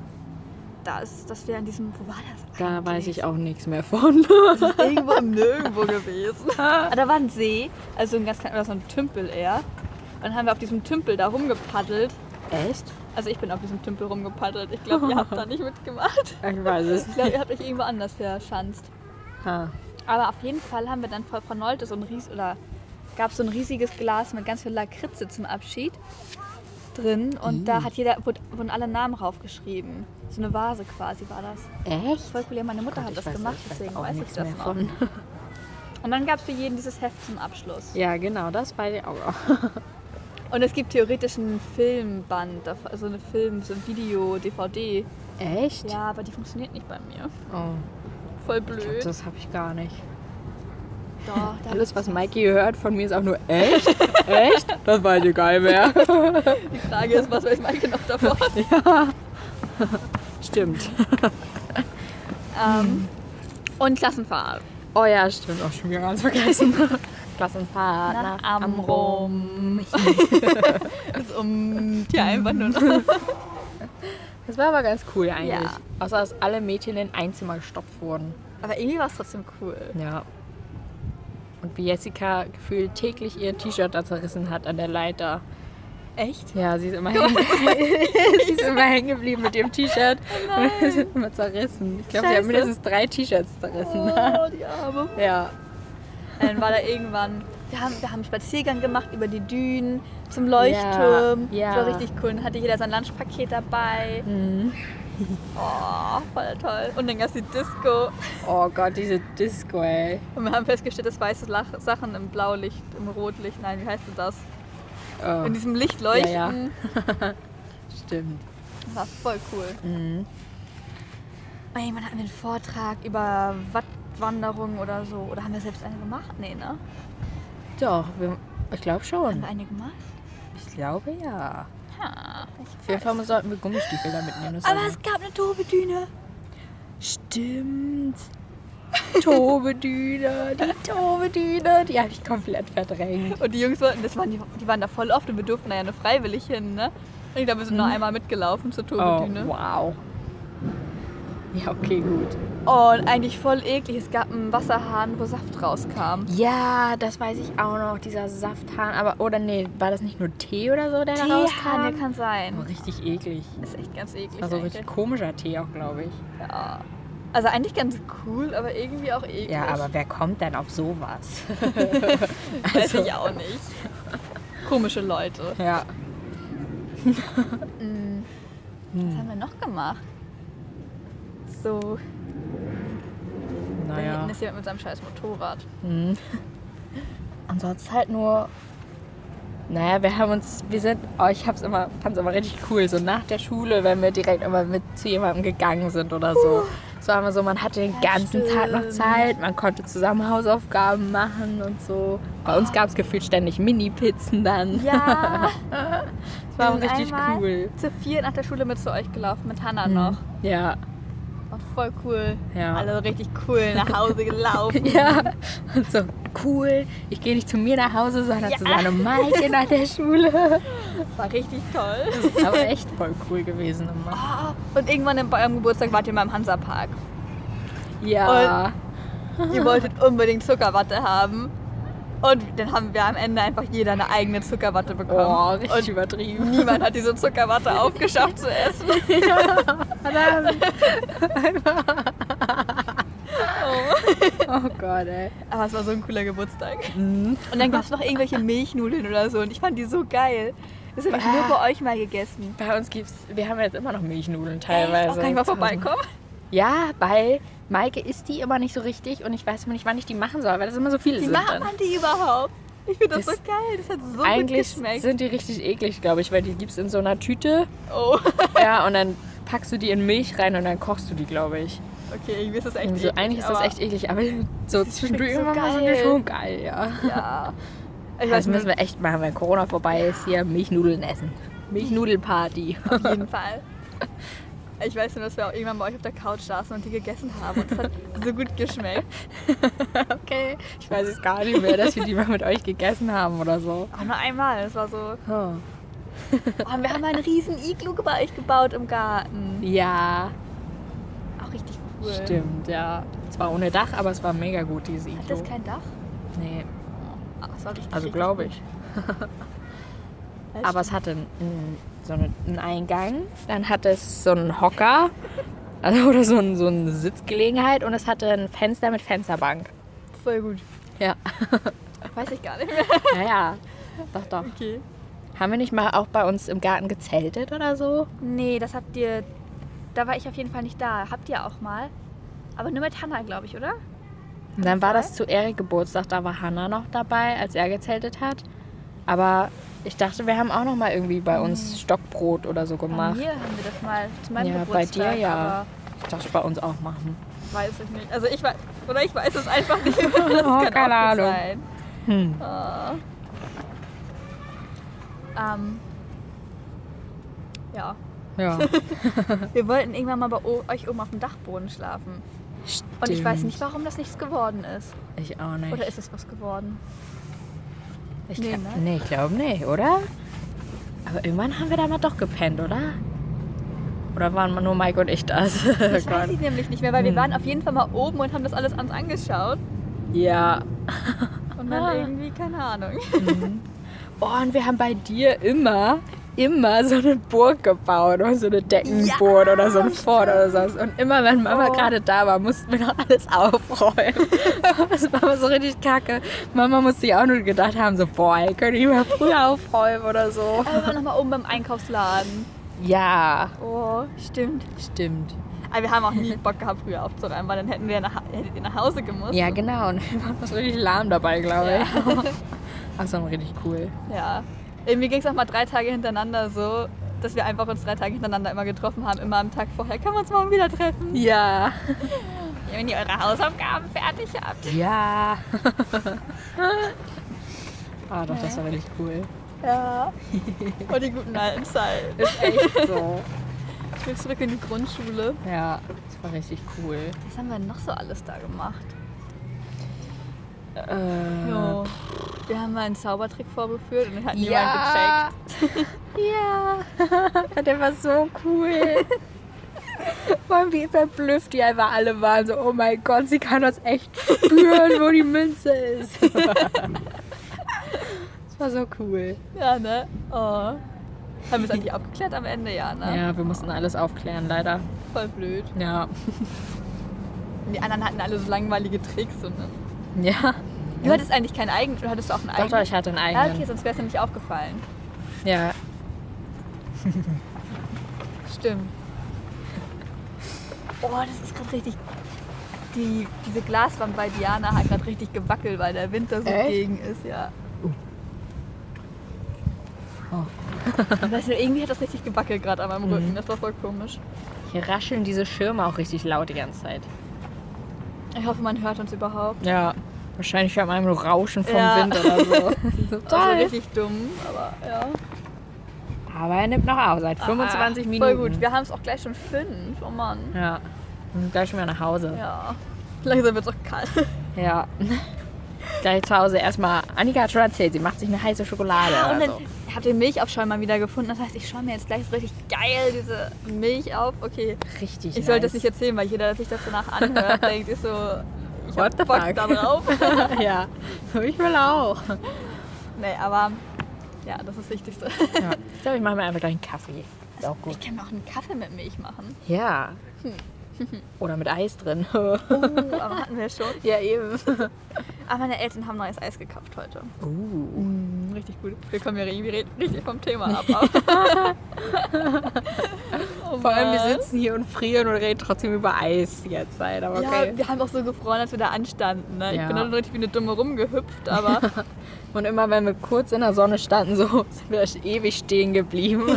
Speaker 1: Da ist, dass wir an diesem, wo war das eigentlich?
Speaker 2: da weiß ich auch nichts mehr von.
Speaker 1: Irgendwo im Nirgendwo gewesen. Aber Ah, da war ein See, also ein ganz kleiner, oder so ein Tümpel eher. Und dann haben wir auf diesem Tümpel da rumgepaddelt.
Speaker 2: Echt?
Speaker 1: Also ich bin auf diesem Tümpel rumgepaddelt. Ich glaube, ihr habt da nicht mitgemacht.
Speaker 2: Ich weiß es.
Speaker 1: Ich glaube, ihr habt euch irgendwo anders verschanzt.
Speaker 2: Ha.
Speaker 1: Aber auf jeden Fall haben wir dann Frau Noltes und Ries oder gab es so ein riesiges Glas mit ganz viel Lakritze zum Abschied drin. Und
Speaker 2: Mm.
Speaker 1: da hat jeder, wurde, wurden alle Namen raufgeschrieben. So eine Vase quasi war das.
Speaker 2: Echt?
Speaker 1: Voll cool, ja, meine Mutter
Speaker 2: Oh Gott,
Speaker 1: hat
Speaker 2: ich
Speaker 1: das
Speaker 2: weiß-
Speaker 1: gemacht,
Speaker 2: ich weiß
Speaker 1: deswegen
Speaker 2: auch
Speaker 1: weiß ich
Speaker 2: nichts
Speaker 1: das
Speaker 2: mehr
Speaker 1: noch.
Speaker 2: von.
Speaker 1: Und dann gab es für jeden dieses Heft zum Abschluss.
Speaker 2: Ja, genau, das weiß ich auch. noch.
Speaker 1: Und es gibt theoretisch einen Filmband, dav- also eine Film, so ein Video, DVD.
Speaker 2: Echt?
Speaker 1: Ja, aber die funktioniert nicht bei mir.
Speaker 2: Oh,
Speaker 1: Voll
Speaker 2: ich glaub,
Speaker 1: blöd.
Speaker 2: das habe ich gar nicht.
Speaker 1: Doch, da
Speaker 2: Alles, was Mikey hört von mir, ist auch nur echt? echt? Das weiß ich gar nicht mehr.
Speaker 1: die Frage ist, was weiß Maike noch davon?
Speaker 2: Stimmt.
Speaker 1: ähm, und Klassenfahrt.
Speaker 2: Oh ja, stimmt. Auch schon wieder ganz vergessen. Klassenfahrt nach, Amrum.
Speaker 1: ist um die einfach nur noch.
Speaker 2: Das war aber ganz cool eigentlich.
Speaker 1: Ja.
Speaker 2: Außer, dass alle Mädchen in ein Zimmer gestopft wurden.
Speaker 1: Aber irgendwie war es trotzdem cool.
Speaker 2: Ja. Und wie Jessica gefühlt täglich ihr T-Shirt da zerrissen hat an der Leiter.
Speaker 1: Echt?
Speaker 2: Ja, sie ist immer hängen sie ist immer hängen geblieben mit ihrem T-Shirt. und es ist immer zerrissen. Ich glaube, sie hat
Speaker 1: Oh Scheiße.
Speaker 2: mindestens drei T-Shirts zerrissen.
Speaker 1: Oh, die Arme.
Speaker 2: Ja.
Speaker 1: Dann war da irgendwann, wir haben, wir haben einen Spaziergang gemacht über die Dünen zum Leuchtturm.
Speaker 2: Ja, ja.
Speaker 1: Das war richtig cool. Dann hatte jeder sein Lunchpaket dabei. Oh, voll toll. Und dann gab es die Disco.
Speaker 2: Oh Gott, diese Disco, ey.
Speaker 1: Und wir haben festgestellt, dass weiße Lach Sachen im Blaulicht, im Rotlicht, nein, wie heißt denn das?
Speaker 2: Oh,
Speaker 1: In diesem Licht leuchten.
Speaker 2: Ja, ja. stimmt.
Speaker 1: Das war voll cool. Oh, jemand hat mir einen Vortrag über Wattwanderung oder so. Oder haben wir selbst eine gemacht? Nee, ne?
Speaker 2: Doch, wir, ich glaube
Speaker 1: Haben
Speaker 2: schon.
Speaker 1: wir eine gemacht?
Speaker 2: Ich glaube ja.
Speaker 1: Ha, ich
Speaker 2: Auf jeden Fall sollten wir Gummistiefel da mitnehmen. Das
Speaker 1: Aber
Speaker 2: war-
Speaker 1: es gab eine Tobedüne.
Speaker 2: Stimmt. Tobedüne, die Tobedüne. Die habe ich komplett verdrängt.
Speaker 1: Und die Jungs wollten, das waren, die, die waren da voll oft und wir durften da ja nur freiwillig hin, ne? Und ich glaube, wir sind nur einmal mitgelaufen zur
Speaker 2: Mhm. Oh,
Speaker 1: Tobedüne.
Speaker 2: wow. Ja, okay, gut.
Speaker 1: Und eigentlich voll eklig. Es gab einen Wasserhahn, wo Saft rauskam.
Speaker 2: Ja, das weiß ich auch noch, dieser Safthahn. Aber, oder nee, war das nicht nur Tee oder so, der da
Speaker 1: Teehahn, der
Speaker 2: rauskam?
Speaker 1: kann
Speaker 2: Oh,
Speaker 1: sein.
Speaker 2: richtig eklig.
Speaker 1: Ist echt ganz eklig.
Speaker 2: Also
Speaker 1: eigentlich.
Speaker 2: richtig komischer Tee auch, glaube ich.
Speaker 1: Ja. Also eigentlich ganz cool, aber irgendwie auch eklig.
Speaker 2: Ja, aber wer kommt denn auf sowas? also
Speaker 1: weiß ich auch nicht. Komische Leute.
Speaker 2: Ja.
Speaker 1: Mm.
Speaker 2: Hm.
Speaker 1: Was haben wir noch gemacht? So, da
Speaker 2: Naja.
Speaker 1: hinten ist jemand mit seinem scheiß Motorrad.
Speaker 2: Mhm. Ansonsten halt nur. Naja, wir haben uns, wir sind, oh, ich hab's immer, fand's immer richtig cool, so nach der Schule, wenn wir direkt immer mit zu jemandem gegangen sind oder so. Es war immer so, man hatte den ganzen Tag noch
Speaker 1: stimmt.
Speaker 2: Zeit, man konnte zusammen Hausaufgaben machen und so. Bei uns gab's gefühlt ständig Mini-Pizzen dann.
Speaker 1: Ja,
Speaker 2: das war
Speaker 1: wir sind
Speaker 2: richtig
Speaker 1: einmal-
Speaker 2: cool. Hm.
Speaker 1: zu vier nach der Schule mit zu euch gelaufen, mit Hannah noch.
Speaker 2: Ja,
Speaker 1: War voll cool.
Speaker 2: Ja.
Speaker 1: Alle richtig cool nach Hause gelaufen.
Speaker 2: Ja, und so cool. Ich gehe nicht zu mir nach Hause, sondern zu Susanne und Maike nach der Schule.
Speaker 1: War richtig toll.
Speaker 2: Das ist aber echt voll cool gewesen immer.
Speaker 1: Ah, Und irgendwann in- bei eurem Geburtstag wart ihr mal im Hansapark. Oh.
Speaker 2: Ja.
Speaker 1: Ihr wolltet unbedingt Zuckerwatte haben. Und dann haben wir am Ende einfach jeder eine eigene Zuckerwatte
Speaker 2: Oh,
Speaker 1: bekommen.
Speaker 2: richtig übertrieben.
Speaker 1: Und niemand hat diese Zuckerwatte aufgeschafft zu essen.
Speaker 2: Verdammt.
Speaker 1: Oh.
Speaker 2: Oh Gott, ey.
Speaker 1: Aber es war so ein cooler Geburtstag.
Speaker 2: Mhm.
Speaker 1: Und dann gab es noch irgendwelche Milchnudeln oder so. Und ich fand die so geil. Das habe ich nur bei euch mal gegessen.
Speaker 2: Bei uns gibt's, wir haben jetzt immer noch Milchnudeln
Speaker 1: Echt?
Speaker 2: teilweise.
Speaker 1: Oh, kann ich mal vorbeikommen?
Speaker 2: Ja, weil Maike isst die immer nicht so richtig und ich weiß immer nicht, wann ich die machen soll, weil das immer so viele
Speaker 1: Wie
Speaker 2: sind.
Speaker 1: macht
Speaker 2: Dann.
Speaker 1: man die überhaupt? Ich finde das,
Speaker 2: Das-
Speaker 1: so geil. Das hat so
Speaker 2: Eigentlich
Speaker 1: gut geschmeckt.
Speaker 2: sind die richtig eklig, glaube ich, weil die gibt's in so einer Tüte.
Speaker 1: Oh,
Speaker 2: ja, und dann packst du die in Milch rein und dann kochst du die, glaube ich.
Speaker 1: okay, irgendwie ist das echt
Speaker 2: Also
Speaker 1: eklig,
Speaker 2: eigentlich ist das
Speaker 1: aber-
Speaker 2: echt eklig, aber so zwischendurch
Speaker 1: so
Speaker 2: immer mal so
Speaker 1: geil.
Speaker 2: eine schon geil, ja.
Speaker 1: Ja. Ich weiß
Speaker 2: Das
Speaker 1: nicht,
Speaker 2: Also müssen wir echt machen, wenn Corona vorbei ist, hier Milchnudeln essen. Milchnudelparty.
Speaker 1: auf jeden Fall. Ich weiß nur, dass wir auch irgendwann bei euch auf der Couch saßen und die gegessen haben. Und es hat so gut geschmeckt.
Speaker 2: Okay. Ich weiß es gar nicht mehr, dass wir die mal mit euch gegessen haben oder so.
Speaker 1: Aber nur einmal. Es war so.
Speaker 2: Oh.
Speaker 1: Oh, und wir haben einen riesen Iglu bei euch gebaut im Garten.
Speaker 2: Ja,
Speaker 1: Auch richtig cool.
Speaker 2: stimmt, ja. Zwar ohne Dach, aber es war mega gut, diese
Speaker 1: Hat
Speaker 2: Iglo.
Speaker 1: das kein Dach?
Speaker 2: Nee,
Speaker 1: Ah, es war richtig,
Speaker 2: also
Speaker 1: richtig
Speaker 2: glaube
Speaker 1: gut.
Speaker 2: ich.
Speaker 1: Das
Speaker 2: Aber es hatte einen, so einen einen Eingang, dann hatte es so einen Hocker also, oder so, einen, so eine Sitzgelegenheit und es hatte ein Fenster mit Fensterbank.
Speaker 1: stimmt. voll gut.
Speaker 2: Ja.
Speaker 1: Weiß ich gar nicht mehr.
Speaker 2: Naja, doch, doch.
Speaker 1: Okay.
Speaker 2: Haben wir nicht mal auch bei uns im Garten gezeltet oder so?
Speaker 1: Nee, das habt ihr. Da war ich auf jeden Fall nicht da. Habt ihr auch mal. Aber nur mit Hannah, glaube ich, oder?
Speaker 2: Und dann war das zu Erik Geburtstag, da war Hanna noch dabei, als er gezeltet hat. Aber ich dachte, wir haben auch noch mal irgendwie bei uns Stockbrot oder so
Speaker 1: Mhm. Bei
Speaker 2: gemacht.
Speaker 1: mir haben wir das mal zu meinem
Speaker 2: Ja, bei
Speaker 1: Geburtstag.
Speaker 2: dir ja.
Speaker 1: Aber
Speaker 2: Ich dachte, bei uns auch machen.
Speaker 1: weiß ich nicht. Also ich weiß, oder ich weiß es einfach nicht. Das kann
Speaker 2: Oh, keine
Speaker 1: auch gut
Speaker 2: Ahnung.
Speaker 1: sein.
Speaker 2: Hm.
Speaker 1: Oh. Ähm, ja.
Speaker 2: Ja.
Speaker 1: Wir wollten irgendwann mal bei o euch oben auf dem Dachboden schlafen.
Speaker 2: Stimmt.
Speaker 1: Und ich weiß nicht, warum das nichts geworden ist.
Speaker 2: Ich auch nicht.
Speaker 1: Oder ist es was geworden?
Speaker 2: ich
Speaker 1: Nee,
Speaker 2: nee,
Speaker 1: ne?
Speaker 2: nee, ich glaube nicht, oder? Aber irgendwann haben wir da mal doch gepennt, oder? Oder waren nur Mike und ich das?
Speaker 1: Das
Speaker 2: Oh
Speaker 1: weiß
Speaker 2: Gott.
Speaker 1: ich nämlich nicht mehr, weil wir
Speaker 2: Hm.
Speaker 1: waren auf jeden Fall mal oben und haben das alles uns angeschaut.
Speaker 2: ja.
Speaker 1: Und dann
Speaker 2: Ah.
Speaker 1: irgendwie, keine Ahnung.
Speaker 2: Oh, und wir haben bei dir immer, immer so eine Burg gebaut oder so eine Deckenburg oder so ein Fort oder sowas. Und immer, wenn Mama
Speaker 1: Oh.
Speaker 2: gerade da war, mussten wir noch alles aufräumen. das war immer so richtig kacke. Mama musste sich auch nur gedacht haben, so, boah, ey, können wir mal früher aufräumen oder so.
Speaker 1: Aber wir waren nochmal oben beim Einkaufsladen.
Speaker 2: Ja,
Speaker 1: Oh, stimmt.
Speaker 2: stimmt.
Speaker 1: Aber wir haben auch nie Bock gehabt, früher aufzuräumen, weil dann hätten wir nach, hättet ihr nach Hause gemusst.
Speaker 2: Ja, genau. Und wir waren uns richtig lahm dabei, glaube ich. Ja. Aber es war richtig cool.
Speaker 1: Ja. Irgendwie ging es auch mal drei Tage hintereinander so, dass wir einfach uns drei Tage hintereinander immer getroffen haben, immer am Tag vorher. Können wir uns morgen wieder treffen?
Speaker 2: Ja.
Speaker 1: Ja, wenn ihr eure Hausaufgaben fertig habt.
Speaker 2: Ja. Ah, doch, das war wirklich cool.
Speaker 1: Ja. Und die guten alten Zeiten.
Speaker 2: Ist echt so.
Speaker 1: Ich bin zurück in die Grundschule.
Speaker 2: Ja, das war richtig cool.
Speaker 1: Was haben wir denn noch so alles da gemacht?
Speaker 2: Äh,
Speaker 1: Jo. Wir haben mal einen Zaubertrick vorgeführt und den hat niemand
Speaker 2: ja. ja. Der war so cool. Mann, wie verblüfft die einfach alle waren. So, oh mein Gott, sie kann das echt spüren, wo die Münze ist. das war so cool.
Speaker 1: gecheckt. Ja, ne? Oh. Haben wir es eigentlich aufgeklärt am Ende, ja, ne?
Speaker 2: Ja, wir mussten alles aufklären, leider.
Speaker 1: Voll blöd.
Speaker 2: Ja.
Speaker 1: Und die anderen hatten alle so langweilige Tricks und ne?
Speaker 2: Ja.
Speaker 1: Du hattest eigentlich keinen eigenen, du hattest auch einen
Speaker 2: Doch,
Speaker 1: eigenen.
Speaker 2: doch, ich hatte einen
Speaker 1: Ja, okay,
Speaker 2: eigenen.
Speaker 1: sonst wäre es nämlich aufgefallen.
Speaker 2: Ja.
Speaker 1: Stimmt. Boah, das ist gerade richtig. Die, diese Glaswand bei Diana hat gerade richtig gewackelt, weil der Wind da so
Speaker 2: Echt?
Speaker 1: gegen ist, ja.
Speaker 2: Oh. Mhm.
Speaker 1: Ich weiß nicht, irgendwie hat das richtig gewackelt gerade an meinem Rücken. Das war voll komisch.
Speaker 2: Hier rascheln diese Schirme auch richtig laut die ganze Zeit.
Speaker 1: Ich hoffe, man hört uns überhaupt.
Speaker 2: Ja, wahrscheinlich an einem Rauschen vom
Speaker 1: Ja.
Speaker 2: Wind oder so. Also so
Speaker 1: Das war richtig dumm, aber ja.
Speaker 2: Aber er nimmt noch auf, seit 25
Speaker 1: Ah,
Speaker 2: Minuten.
Speaker 1: Voll gut. Wir haben es auch gleich schon fünf. Oh Mann.
Speaker 2: Ja, wir sind gleich schon wieder nach Hause.
Speaker 1: Ja. Langsam wird es auch kalt.
Speaker 2: Ja. gleich zu Hause erstmal. Annika hat schon erzählt, sie macht sich eine heiße Schokolade.
Speaker 1: Ah, und
Speaker 2: oder
Speaker 1: dann
Speaker 2: so.
Speaker 1: habt ihr Milchaufschäumer mal wieder gefunden. Das heißt, ich schaue mir jetzt gleich so richtig geil diese Milch auf. Okay,
Speaker 2: Richtig.
Speaker 1: ich sollte das
Speaker 2: nice.
Speaker 1: nicht erzählen, weil jeder, der sich das danach anhört, denkt, ist so, ich
Speaker 2: What the
Speaker 1: hab Bock
Speaker 2: fuck?
Speaker 1: da drauf.
Speaker 2: ja, so ich will auch.
Speaker 1: nee, aber ja, das ist das Wichtigste.
Speaker 2: Ja. Ich glaube, ich mache mir einfach gleich einen Kaffee. Ist auch
Speaker 1: Ich
Speaker 2: gut.
Speaker 1: kann mir auch einen Kaffee mit Milch machen.
Speaker 2: Ja. Oder mit Eis drin.
Speaker 1: Oh, aber hatten wir schon.
Speaker 2: ja, eben.
Speaker 1: Aber meine Eltern haben neues Eis gekauft heute.
Speaker 2: Uh.
Speaker 1: Mm, richtig gut. Wir kommen ja irgendwie re- richtig vom Thema ab. Aber oh
Speaker 2: Vor allem, wir
Speaker 1: Mann.
Speaker 2: sitzen hier und frieren und reden trotzdem über Eis die ganze Zeit. Aber okay.
Speaker 1: Ja, wir haben auch so gefroren, als wir da anstanden. Ne? Ich
Speaker 2: Ja.
Speaker 1: bin dann richtig wie eine Dumme rumgehüpft, aber
Speaker 2: Und immer, wenn wir kurz in der Sonne standen, so sind wir ewig stehen geblieben,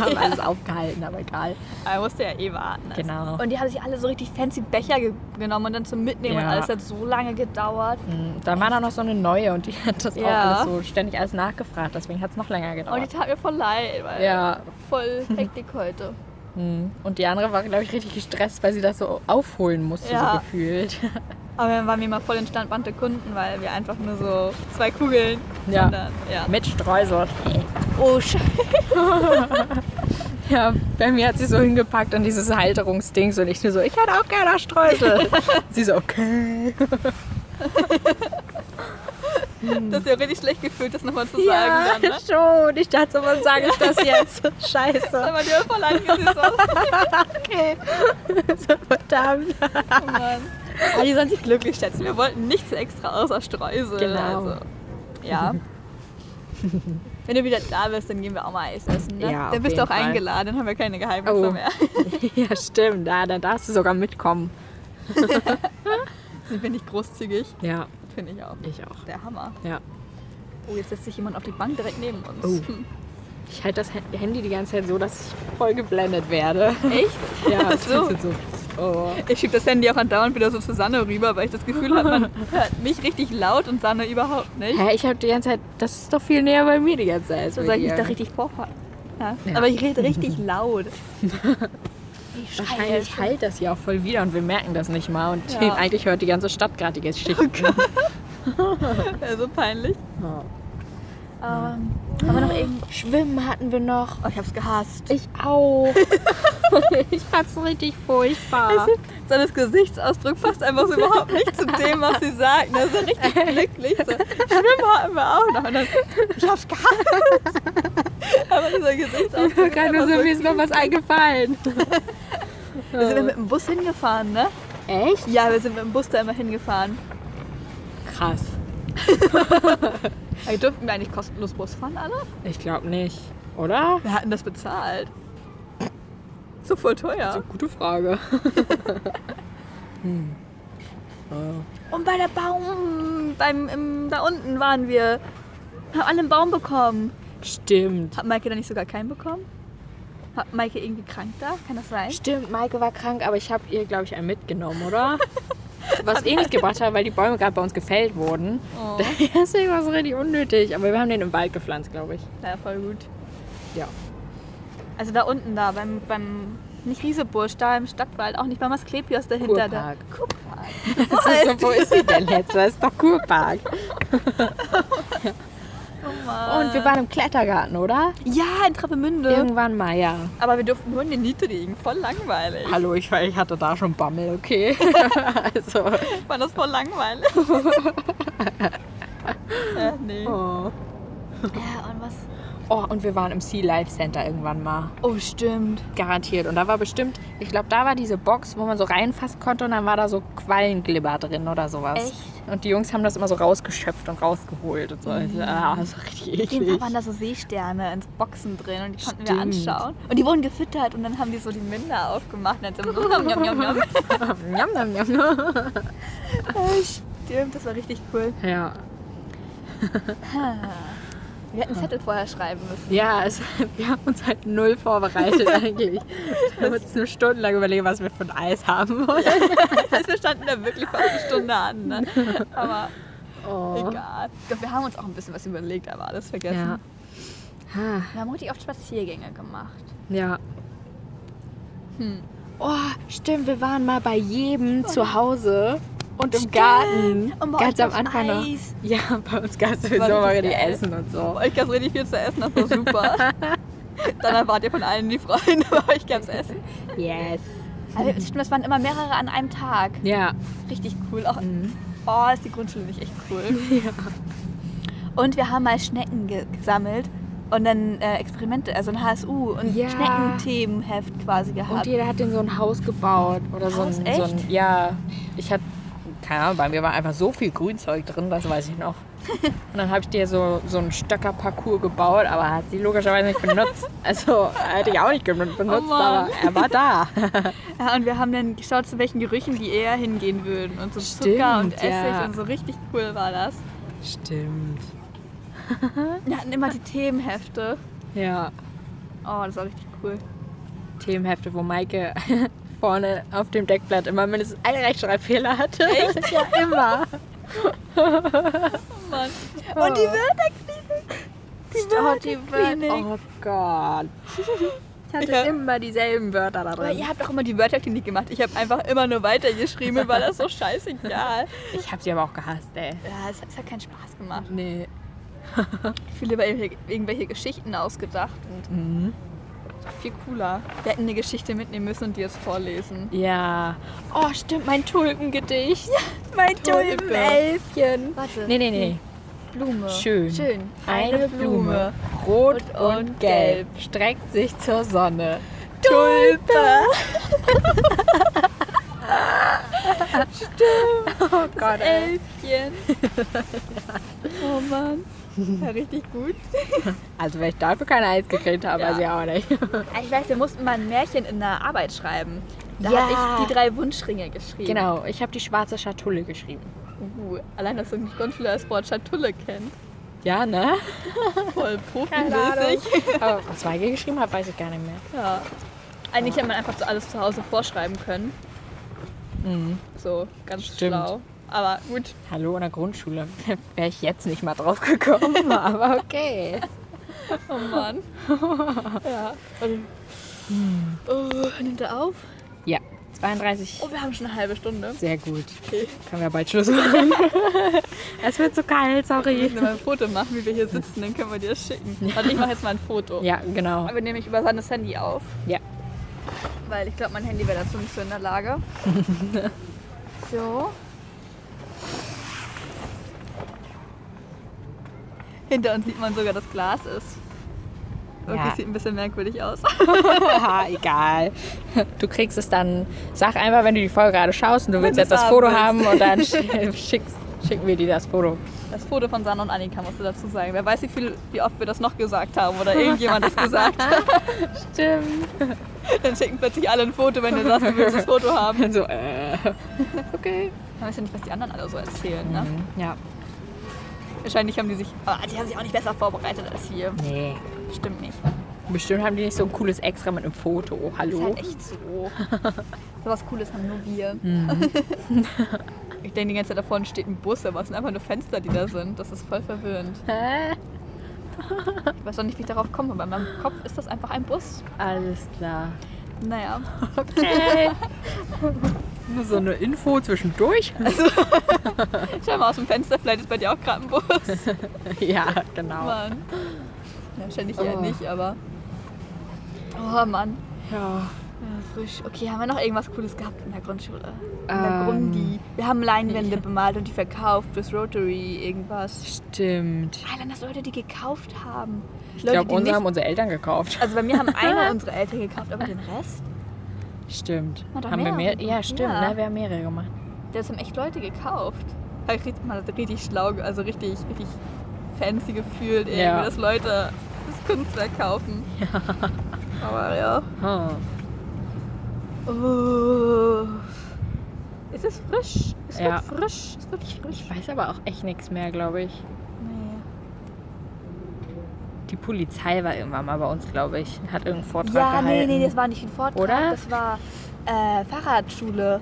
Speaker 2: haben alles aufgehalten, aber egal.
Speaker 1: er musste ja eh warten. also.
Speaker 2: Genau.
Speaker 1: Und die haben sich alle so richtig fancy Becher ge genommen und dann zum Mitnehmen und
Speaker 2: Ja.
Speaker 1: alles hat so lange gedauert.
Speaker 2: Mhm. Dann war da noch so eine neue und die hat das
Speaker 1: Ja.
Speaker 2: auch alles so ständig alles nachgefragt, deswegen hat es noch länger
Speaker 1: Und die
Speaker 2: gedauert.
Speaker 1: tat mir voll leid, weil
Speaker 2: ja.
Speaker 1: voll Hektik heute.
Speaker 2: Mhm. Und die andere war, glaube ich, richtig gestresst, weil sie das so aufholen musste,
Speaker 1: Ja.
Speaker 2: so gefühlt.
Speaker 1: Aber dann waren wir mal voll entspannte Kunden, weil wir einfach nur so zwei Kugeln.
Speaker 2: Ja.
Speaker 1: Und dann, ja.
Speaker 2: Mit Streusel.
Speaker 1: Oh, Scheiße.
Speaker 2: Ja, bei mir hat sie so hingepackt an dieses Halterungsding und ich nur so, ich hätte auch gerne Streusel. sie so, okay.
Speaker 1: Das ist ja richtig schlecht gefühlt, das nochmal zu sagen.
Speaker 2: Ja,
Speaker 1: Dann, ne?
Speaker 2: schon. Ich dachte, so, wann sage ich das jetzt? Scheiße.
Speaker 1: Aber die haben voll angesüßt aus.
Speaker 2: Okay. so, verdammt.
Speaker 1: Oh Mann. Aber die sollen sich glücklich schätzen. Wir wollten nichts extra außer Streusel.
Speaker 2: Genau.
Speaker 1: Also, ja. Wenn du wieder da bist, dann gehen wir auch mal Eis essen. Ne?
Speaker 2: Ja,
Speaker 1: dann
Speaker 2: auf
Speaker 1: bist du auch
Speaker 2: jeden Fall.
Speaker 1: eingeladen, dann haben wir keine Geheimnisse
Speaker 2: Oh.
Speaker 1: mehr.
Speaker 2: Ja, stimmt. Da, da darfst du sogar mitkommen.
Speaker 1: Sie bin ich großzügig.
Speaker 2: Ja,
Speaker 1: Finde ich auch.
Speaker 2: ich auch.
Speaker 1: Der Hammer.
Speaker 2: Ja.
Speaker 1: Oh, jetzt setzt sich jemand auf die Bank direkt neben uns.
Speaker 2: Oh.
Speaker 1: Hm.
Speaker 2: Ich halte das Ha- Handy die ganze Zeit so, dass ich voll geblendet werde.
Speaker 1: Echt?
Speaker 2: Ja,
Speaker 1: So.
Speaker 2: das ist so. Oh.
Speaker 1: Ich schiebe das Handy auch andauernd wieder so zu Sanne rüber, weil ich das Gefühl habe, man hört mich richtig laut und Sanne überhaupt nicht.
Speaker 2: Hä, ich habe die ganze Zeit, das ist doch viel näher bei mir die ganze Zeit.
Speaker 1: So soll ich mich da richtig vorfahren. Ja.
Speaker 2: Ja.
Speaker 1: Aber ich rede richtig laut. Ich
Speaker 2: Wahrscheinlich
Speaker 1: schreie.
Speaker 2: halt das hier auch voll wieder und wir merken das nicht mal. Und
Speaker 1: Ja.
Speaker 2: eigentlich hört die ganze Stadt gerade die Geschichten.
Speaker 1: Wäre so peinlich.
Speaker 2: Oh.
Speaker 1: Ähm, haben wir noch irgend...
Speaker 2: Schwimmen hatten wir noch.
Speaker 1: Oh, ich hab's gehasst.
Speaker 2: Ich auch. ich fand's richtig furchtbar.
Speaker 1: Seines Gesichtsausdruck passt einfach so überhaupt nicht zu dem, was sie sagt. Ne? So richtig glücklich. So. Schwimmen hatten wir auch noch. Und dann, ich hab's gehasst. Aber dieser Gesichtsausdruck. ist
Speaker 2: Gerade
Speaker 1: einfach
Speaker 2: so, also, mir ist noch was eingefallen.
Speaker 1: Wir sind ja mit dem Bus hingefahren, ne?
Speaker 2: Echt?
Speaker 1: Ja, wir sind mit dem Bus da immer hingefahren.
Speaker 2: Krass.
Speaker 1: Aber durften wir eigentlich kostenlos Bus fahren, alle?
Speaker 2: Ich glaube nicht. Oder?
Speaker 1: Wir hatten das bezahlt. So voll teuer.
Speaker 2: So, gute Frage. hm.
Speaker 1: Und bei der Baum, beim, im, da unten waren wir. Haben alle einen Baum bekommen.
Speaker 2: oh. Stimmt.
Speaker 1: Hat Maike da nicht sogar keinen bekommen? Hat Maike irgendwie krank da? Kann das sein?
Speaker 2: Stimmt, Maike war krank, aber ich habe ihr, glaube ich, einen mitgenommen, oder? Was eh nicht gebracht hat, weil die Bäume gerade bei uns gefällt wurden.
Speaker 1: Oh.
Speaker 2: Deswegen war es richtig unnötig. Aber wir haben den im Wald gepflanzt, glaube ich.
Speaker 1: Na ja, voll gut.
Speaker 2: Ja.
Speaker 1: Also da unten da, beim, beim nicht Riesebursch, da im Stadtwald, auch nicht beim Masklepios dahinter. Da. Kurpark.
Speaker 2: Das ist so, wo ist sie denn jetzt? Das ist doch Kurpark.
Speaker 1: Oh Mann.
Speaker 2: Und wir waren im Klettergarten, oder?
Speaker 1: ja, in Treppemünde.
Speaker 2: Irgendwann mal, Äh. ja.
Speaker 1: Aber wir durften nur in den niedrigen. Voll langweilig.
Speaker 2: Hallo, ich, ich hatte da schon Bammel, okay? also,
Speaker 1: War das voll langweilig? äh, nee.
Speaker 2: oh.
Speaker 1: Ja, und was?
Speaker 2: Oh, und wir waren im Sea Life Center irgendwann mal.
Speaker 1: Oh, stimmt.
Speaker 2: Garantiert. Und da war bestimmt, ich glaube, da war diese Box, wo man so reinfassen konnte und dann war da so Quallenglibber drin oder sowas.
Speaker 1: Echt? Mhm.
Speaker 2: Und die Jungs haben das immer so rausgeschöpft und rausgeholt und so. Also, ah, das war richtig
Speaker 1: Auf jeden Fall
Speaker 2: eklig.
Speaker 1: waren da so Seesterne in so Boxen drin und die konnten wir
Speaker 2: Stimmt.
Speaker 1: anschauen. Und die wurden gefüttert und dann haben die so die Münder aufgemacht und dann so nom, nom, nom, nom.
Speaker 2: Njam, njam,
Speaker 1: ne?
Speaker 2: njam.
Speaker 1: Äh, Stimmt, das war richtig cool.
Speaker 2: Ja.
Speaker 1: Wir hätten einen Zettel vorher schreiben müssen.
Speaker 2: Ja, es, wir haben uns halt null vorbereitet eigentlich. Wir haben uns eine Stunde lang überlegt, was wir von Eis haben wollen.
Speaker 1: Das wir standen da wirklich fast eine Stunde an. Ne? Aber
Speaker 2: Oh.
Speaker 1: egal. Ich glaube, wir haben uns auch ein bisschen was überlegt, aber alles vergessen.
Speaker 2: Ja. Ah,
Speaker 1: Wir haben richtig oft Spaziergänge gemacht.
Speaker 2: ja. Oh, stimmt, wir waren mal bei jedem zu Hause und im
Speaker 1: Stimmt.
Speaker 2: Garten.
Speaker 1: Und bei
Speaker 2: Ganz
Speaker 1: euch
Speaker 2: am
Speaker 1: gab's
Speaker 2: Anfang noch.
Speaker 1: Eis.
Speaker 2: Ja, bei uns gab es sowieso
Speaker 1: richtig
Speaker 2: mal die
Speaker 1: geil.
Speaker 2: Essen und so.
Speaker 1: Bei euch gab es richtig viel zu essen, das war super. Danach wart ihr von allen die Freunde, bei euch gab es Essen.
Speaker 2: Yes.
Speaker 1: Aber wir- stimmt, es waren immer mehrere an einem Tag.
Speaker 2: Ja.
Speaker 1: Richtig cool. Auch,
Speaker 2: Mhm.
Speaker 1: Oh, ist die Grundschule nicht echt cool.
Speaker 2: Ja.
Speaker 1: Und wir haben mal Schnecken ge- gesammelt und dann äh, Experimente, also ein HSU und
Speaker 2: Ja.
Speaker 1: Schneckenthemenheft quasi
Speaker 2: Und
Speaker 1: gehabt.
Speaker 2: jeder hat in so ein Haus gebaut oder so
Speaker 1: Haus,
Speaker 2: ein, so ein
Speaker 1: echt?
Speaker 2: ja, ich hatte keine Ahnung, bei mir war einfach so viel Grünzeug drin, das weiß ich noch. Und dann habe ich dir so, so einen Stöckerparcours gebaut, aber hat sie logischerweise nicht benutzt. Also hätte ich auch nicht gen- benutzt,
Speaker 1: Mann.
Speaker 2: aber er war da.
Speaker 1: ja, und wir haben dann geschaut, zu welchen Gerüchen die eher hingehen würden. Und so Zucker
Speaker 2: Stimmt,
Speaker 1: und Essig
Speaker 2: ja.
Speaker 1: und so richtig cool war das.
Speaker 2: Stimmt.
Speaker 1: Wir hatten immer die Themenhefte.
Speaker 2: Ja,
Speaker 1: Oh, das war richtig cool.
Speaker 2: Themenhefte, wo Maike vorne auf dem Deckblatt immer mindestens einen Rechtschreibfehler hatte. Echt? Ja, immer.
Speaker 1: Mann.
Speaker 2: Oh.
Speaker 1: Und die Wörterklinik. Die Wörterklinik.
Speaker 2: Oh Gott. Ich hatte
Speaker 1: Ja.
Speaker 2: immer dieselben Wörter da
Speaker 1: Aber
Speaker 2: drin.
Speaker 1: ihr habt auch immer die Wörterklinik gemacht. Ich habe einfach immer nur weitergeschrieben, mir war das so scheißegal.
Speaker 2: Ich habe sie aber auch gehasst, ey.
Speaker 1: Ja, es, es hat keinen Spaß gemacht.
Speaker 2: Nee.
Speaker 1: viel über irgendwelche, irgendwelche Geschichten ausgedacht und
Speaker 2: Mhm.
Speaker 1: viel cooler. Wir hätten eine Geschichte mitnehmen müssen und die jetzt vorlesen.
Speaker 2: Ja. Oh, stimmt, mein Tulpengedicht.
Speaker 1: Mein
Speaker 2: Tulpenelfchen.
Speaker 1: Warte.
Speaker 2: Nee, nee, nee.
Speaker 1: Blume.
Speaker 2: Schön.
Speaker 1: Schön.
Speaker 2: Eine Blume, rot
Speaker 1: Und-
Speaker 2: und,
Speaker 1: und
Speaker 2: gelb, streckt sich zur Sonne.
Speaker 1: Tulpe.
Speaker 2: Oh
Speaker 1: Das Elfchen. oh Mann. Ja, richtig gut.
Speaker 2: Also, wenn ich dafür kein Eis gekriegt habe,
Speaker 1: Ja.
Speaker 2: weiß ich auch nicht.
Speaker 1: Ich weiß, wir mussten mal ein Märchen in der Arbeit schreiben. Da
Speaker 2: Ja.
Speaker 1: habe ich die drei Wunschringe geschrieben.
Speaker 2: Genau, ich habe die schwarze Schatulle geschrieben.
Speaker 1: Uh, allein, dass du nicht Grundschüler das Wort Schatulle kennt.
Speaker 2: Ja, ne?
Speaker 1: Voll
Speaker 2: Ahnung.
Speaker 1: profimäßig.
Speaker 2: Aber was Weige geschrieben hat, weiß ich gar nicht mehr.
Speaker 1: Ja. Eigentlich hätte man einfach so alles zu Hause vorschreiben können. So, ganz
Speaker 2: Stimmt.
Speaker 1: schlau. Aber gut.
Speaker 2: Hallo in der Grundschule. Wäre ich jetzt nicht mal drauf gekommen, aber okay.
Speaker 1: Oh Mann. ja. Und, oh, nimmt er auf?
Speaker 2: Ja, 32.
Speaker 1: Oh, wir haben schon eine halbe Stunde.
Speaker 2: Sehr gut.
Speaker 1: Okay.
Speaker 2: Können wir bald Schluss machen. es wird so kalt,
Speaker 1: Wir
Speaker 2: sorry.
Speaker 1: müssen mal ein Foto machen, wie wir hier sitzen, dann können wir dir das schicken. Warte, ich mache jetzt mal ein Foto.
Speaker 2: Ja, genau.
Speaker 1: Aber nehme ich über Sannes Handy auf,
Speaker 2: Ja.
Speaker 1: weil ich glaube, mein Handy wäre dazu nicht so in der Lage. so. Hinter uns sieht man sogar, dass Glas ist. Wirklich
Speaker 2: Ja.
Speaker 1: sieht ein bisschen merkwürdig aus.
Speaker 2: Haha, egal. Du kriegst es dann. Sag einfach, wenn du die Folge gerade schaust und du willst
Speaker 1: du
Speaker 2: jetzt das
Speaker 1: es
Speaker 2: Foto haben
Speaker 1: haben
Speaker 2: und dann sch- schickst, schicken wir dir das Foto.
Speaker 1: Das Foto von Sanne und Annika musst du dazu sagen. Wer weiß, wie, viel, wie oft wir das noch gesagt haben oder irgendjemand das gesagt hat.
Speaker 2: Stimmt.
Speaker 1: Dann schicken plötzlich alle ein Foto, wenn du sagst, du willst das Foto haben.
Speaker 2: So, äh. Okay.
Speaker 1: Man weiß ja nicht, was die anderen alle so erzählen. Ne?
Speaker 2: Ja.
Speaker 1: Wahrscheinlich haben die sich, aber die haben sich auch nicht besser vorbereitet als wir.
Speaker 2: Nee.
Speaker 1: Stimmt nicht.
Speaker 2: Bestimmt haben die nicht so ein cooles Extra mit einem Foto.
Speaker 1: Ist
Speaker 2: Hallo.
Speaker 1: halt echt so. Mhm. so was Cooles haben nur wir. ich denke die ganze Zeit, da vorne steht ein Bus, aber es sind einfach nur Fenster, die da sind. Das ist voll verwirrend.
Speaker 2: Hä?
Speaker 1: Ich weiß auch nicht, wie ich darauf komme, aber in meinem Kopf ist das einfach ein Bus.
Speaker 2: Alles klar.
Speaker 1: Naja.
Speaker 2: Okay. Nur so eine Info zwischendurch.
Speaker 1: Schau mal aus dem Fenster, vielleicht ist bei dir auch gerade ein Bus.
Speaker 2: ja, genau.
Speaker 1: Mann. Ja, wahrscheinlich eher
Speaker 2: Oh.
Speaker 1: nicht, aber. Oh Mann.
Speaker 2: Ja.
Speaker 1: Ja, frisch. Okay, haben wir noch irgendwas Cooles gehabt in der Grundschule? In der
Speaker 2: Ähm.
Speaker 1: Grundi. Wir haben Leinwände bemalt und die verkauft fürs Rotary irgendwas.
Speaker 2: Stimmt.
Speaker 1: Allein, dass Leute die gekauft haben.
Speaker 2: Ich
Speaker 1: Leute,
Speaker 2: glaube,
Speaker 1: die
Speaker 2: unsere
Speaker 1: nicht-
Speaker 2: haben unsere Eltern gekauft.
Speaker 1: Also bei mir haben einer unsere Eltern gekauft, aber den Rest,
Speaker 2: Stimmt.
Speaker 1: Hat Ah, doch
Speaker 2: Haben wir
Speaker 1: mehrere
Speaker 2: mehr? Ja,
Speaker 1: gemacht,
Speaker 2: stimmt.
Speaker 1: ja.
Speaker 2: Ne? Wir haben mehrere gemacht.
Speaker 1: das haben echt Leute gekauft. Hab ich richtig, man hat richtig schlau, ge- also richtig, richtig fancy gefühlt, irgendwie,
Speaker 2: Ja.
Speaker 1: dass Leute das Kunstwerk kaufen. Ja. Aber ja.
Speaker 2: Hm.
Speaker 1: Oh. Es ist frisch. Es
Speaker 2: Ja.
Speaker 1: wird frisch. Es wird frisch.
Speaker 2: Ich weiß aber auch echt nichts mehr, glaube ich.
Speaker 1: Nee.
Speaker 2: Die Polizei war irgendwann mal bei uns, glaube ich. Hat irgendeinen Vortrag
Speaker 1: Ja, nee,
Speaker 2: gehalten.
Speaker 1: nee, das war nicht ein Vortrag.
Speaker 2: Oder?
Speaker 1: Das war äh, Fahrradschule.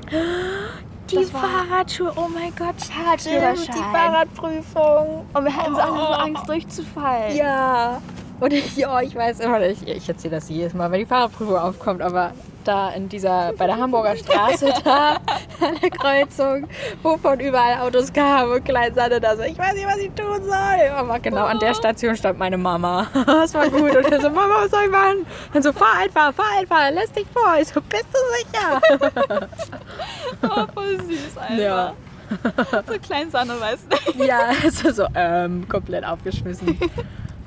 Speaker 2: Die
Speaker 1: das war-
Speaker 2: Fahrradschuhe, oh mein Gott,
Speaker 1: Fahrradführerschein.
Speaker 2: Die Fahrradprüfung.
Speaker 1: Und wir hatten so alle nur Angst durchzufallen.
Speaker 2: Oh. Ja. Und ich, ja, ich weiß immer nicht, ich erzähle das jedes Mal, wenn die Fahrradprüfung aufkommt, aber da in dieser, bei der Hamburger Straße, da an der Kreuzung, wo von überall Autos kamen und klein Sanne da so, ich weiß nicht, was ich tun soll. Aber genau an der Station stand meine Mama. Das war gut. Und dann so, Mama, was soll ich machen? Dann so, fahr einfach, fahr einfach, lass dich vor. Ich so, bist du sicher?
Speaker 1: Oh, voll süß, Alter.
Speaker 2: Ja.
Speaker 1: So klein Sanne, weißt du.
Speaker 2: Ja, also so ähm, komplett aufgeschmissen.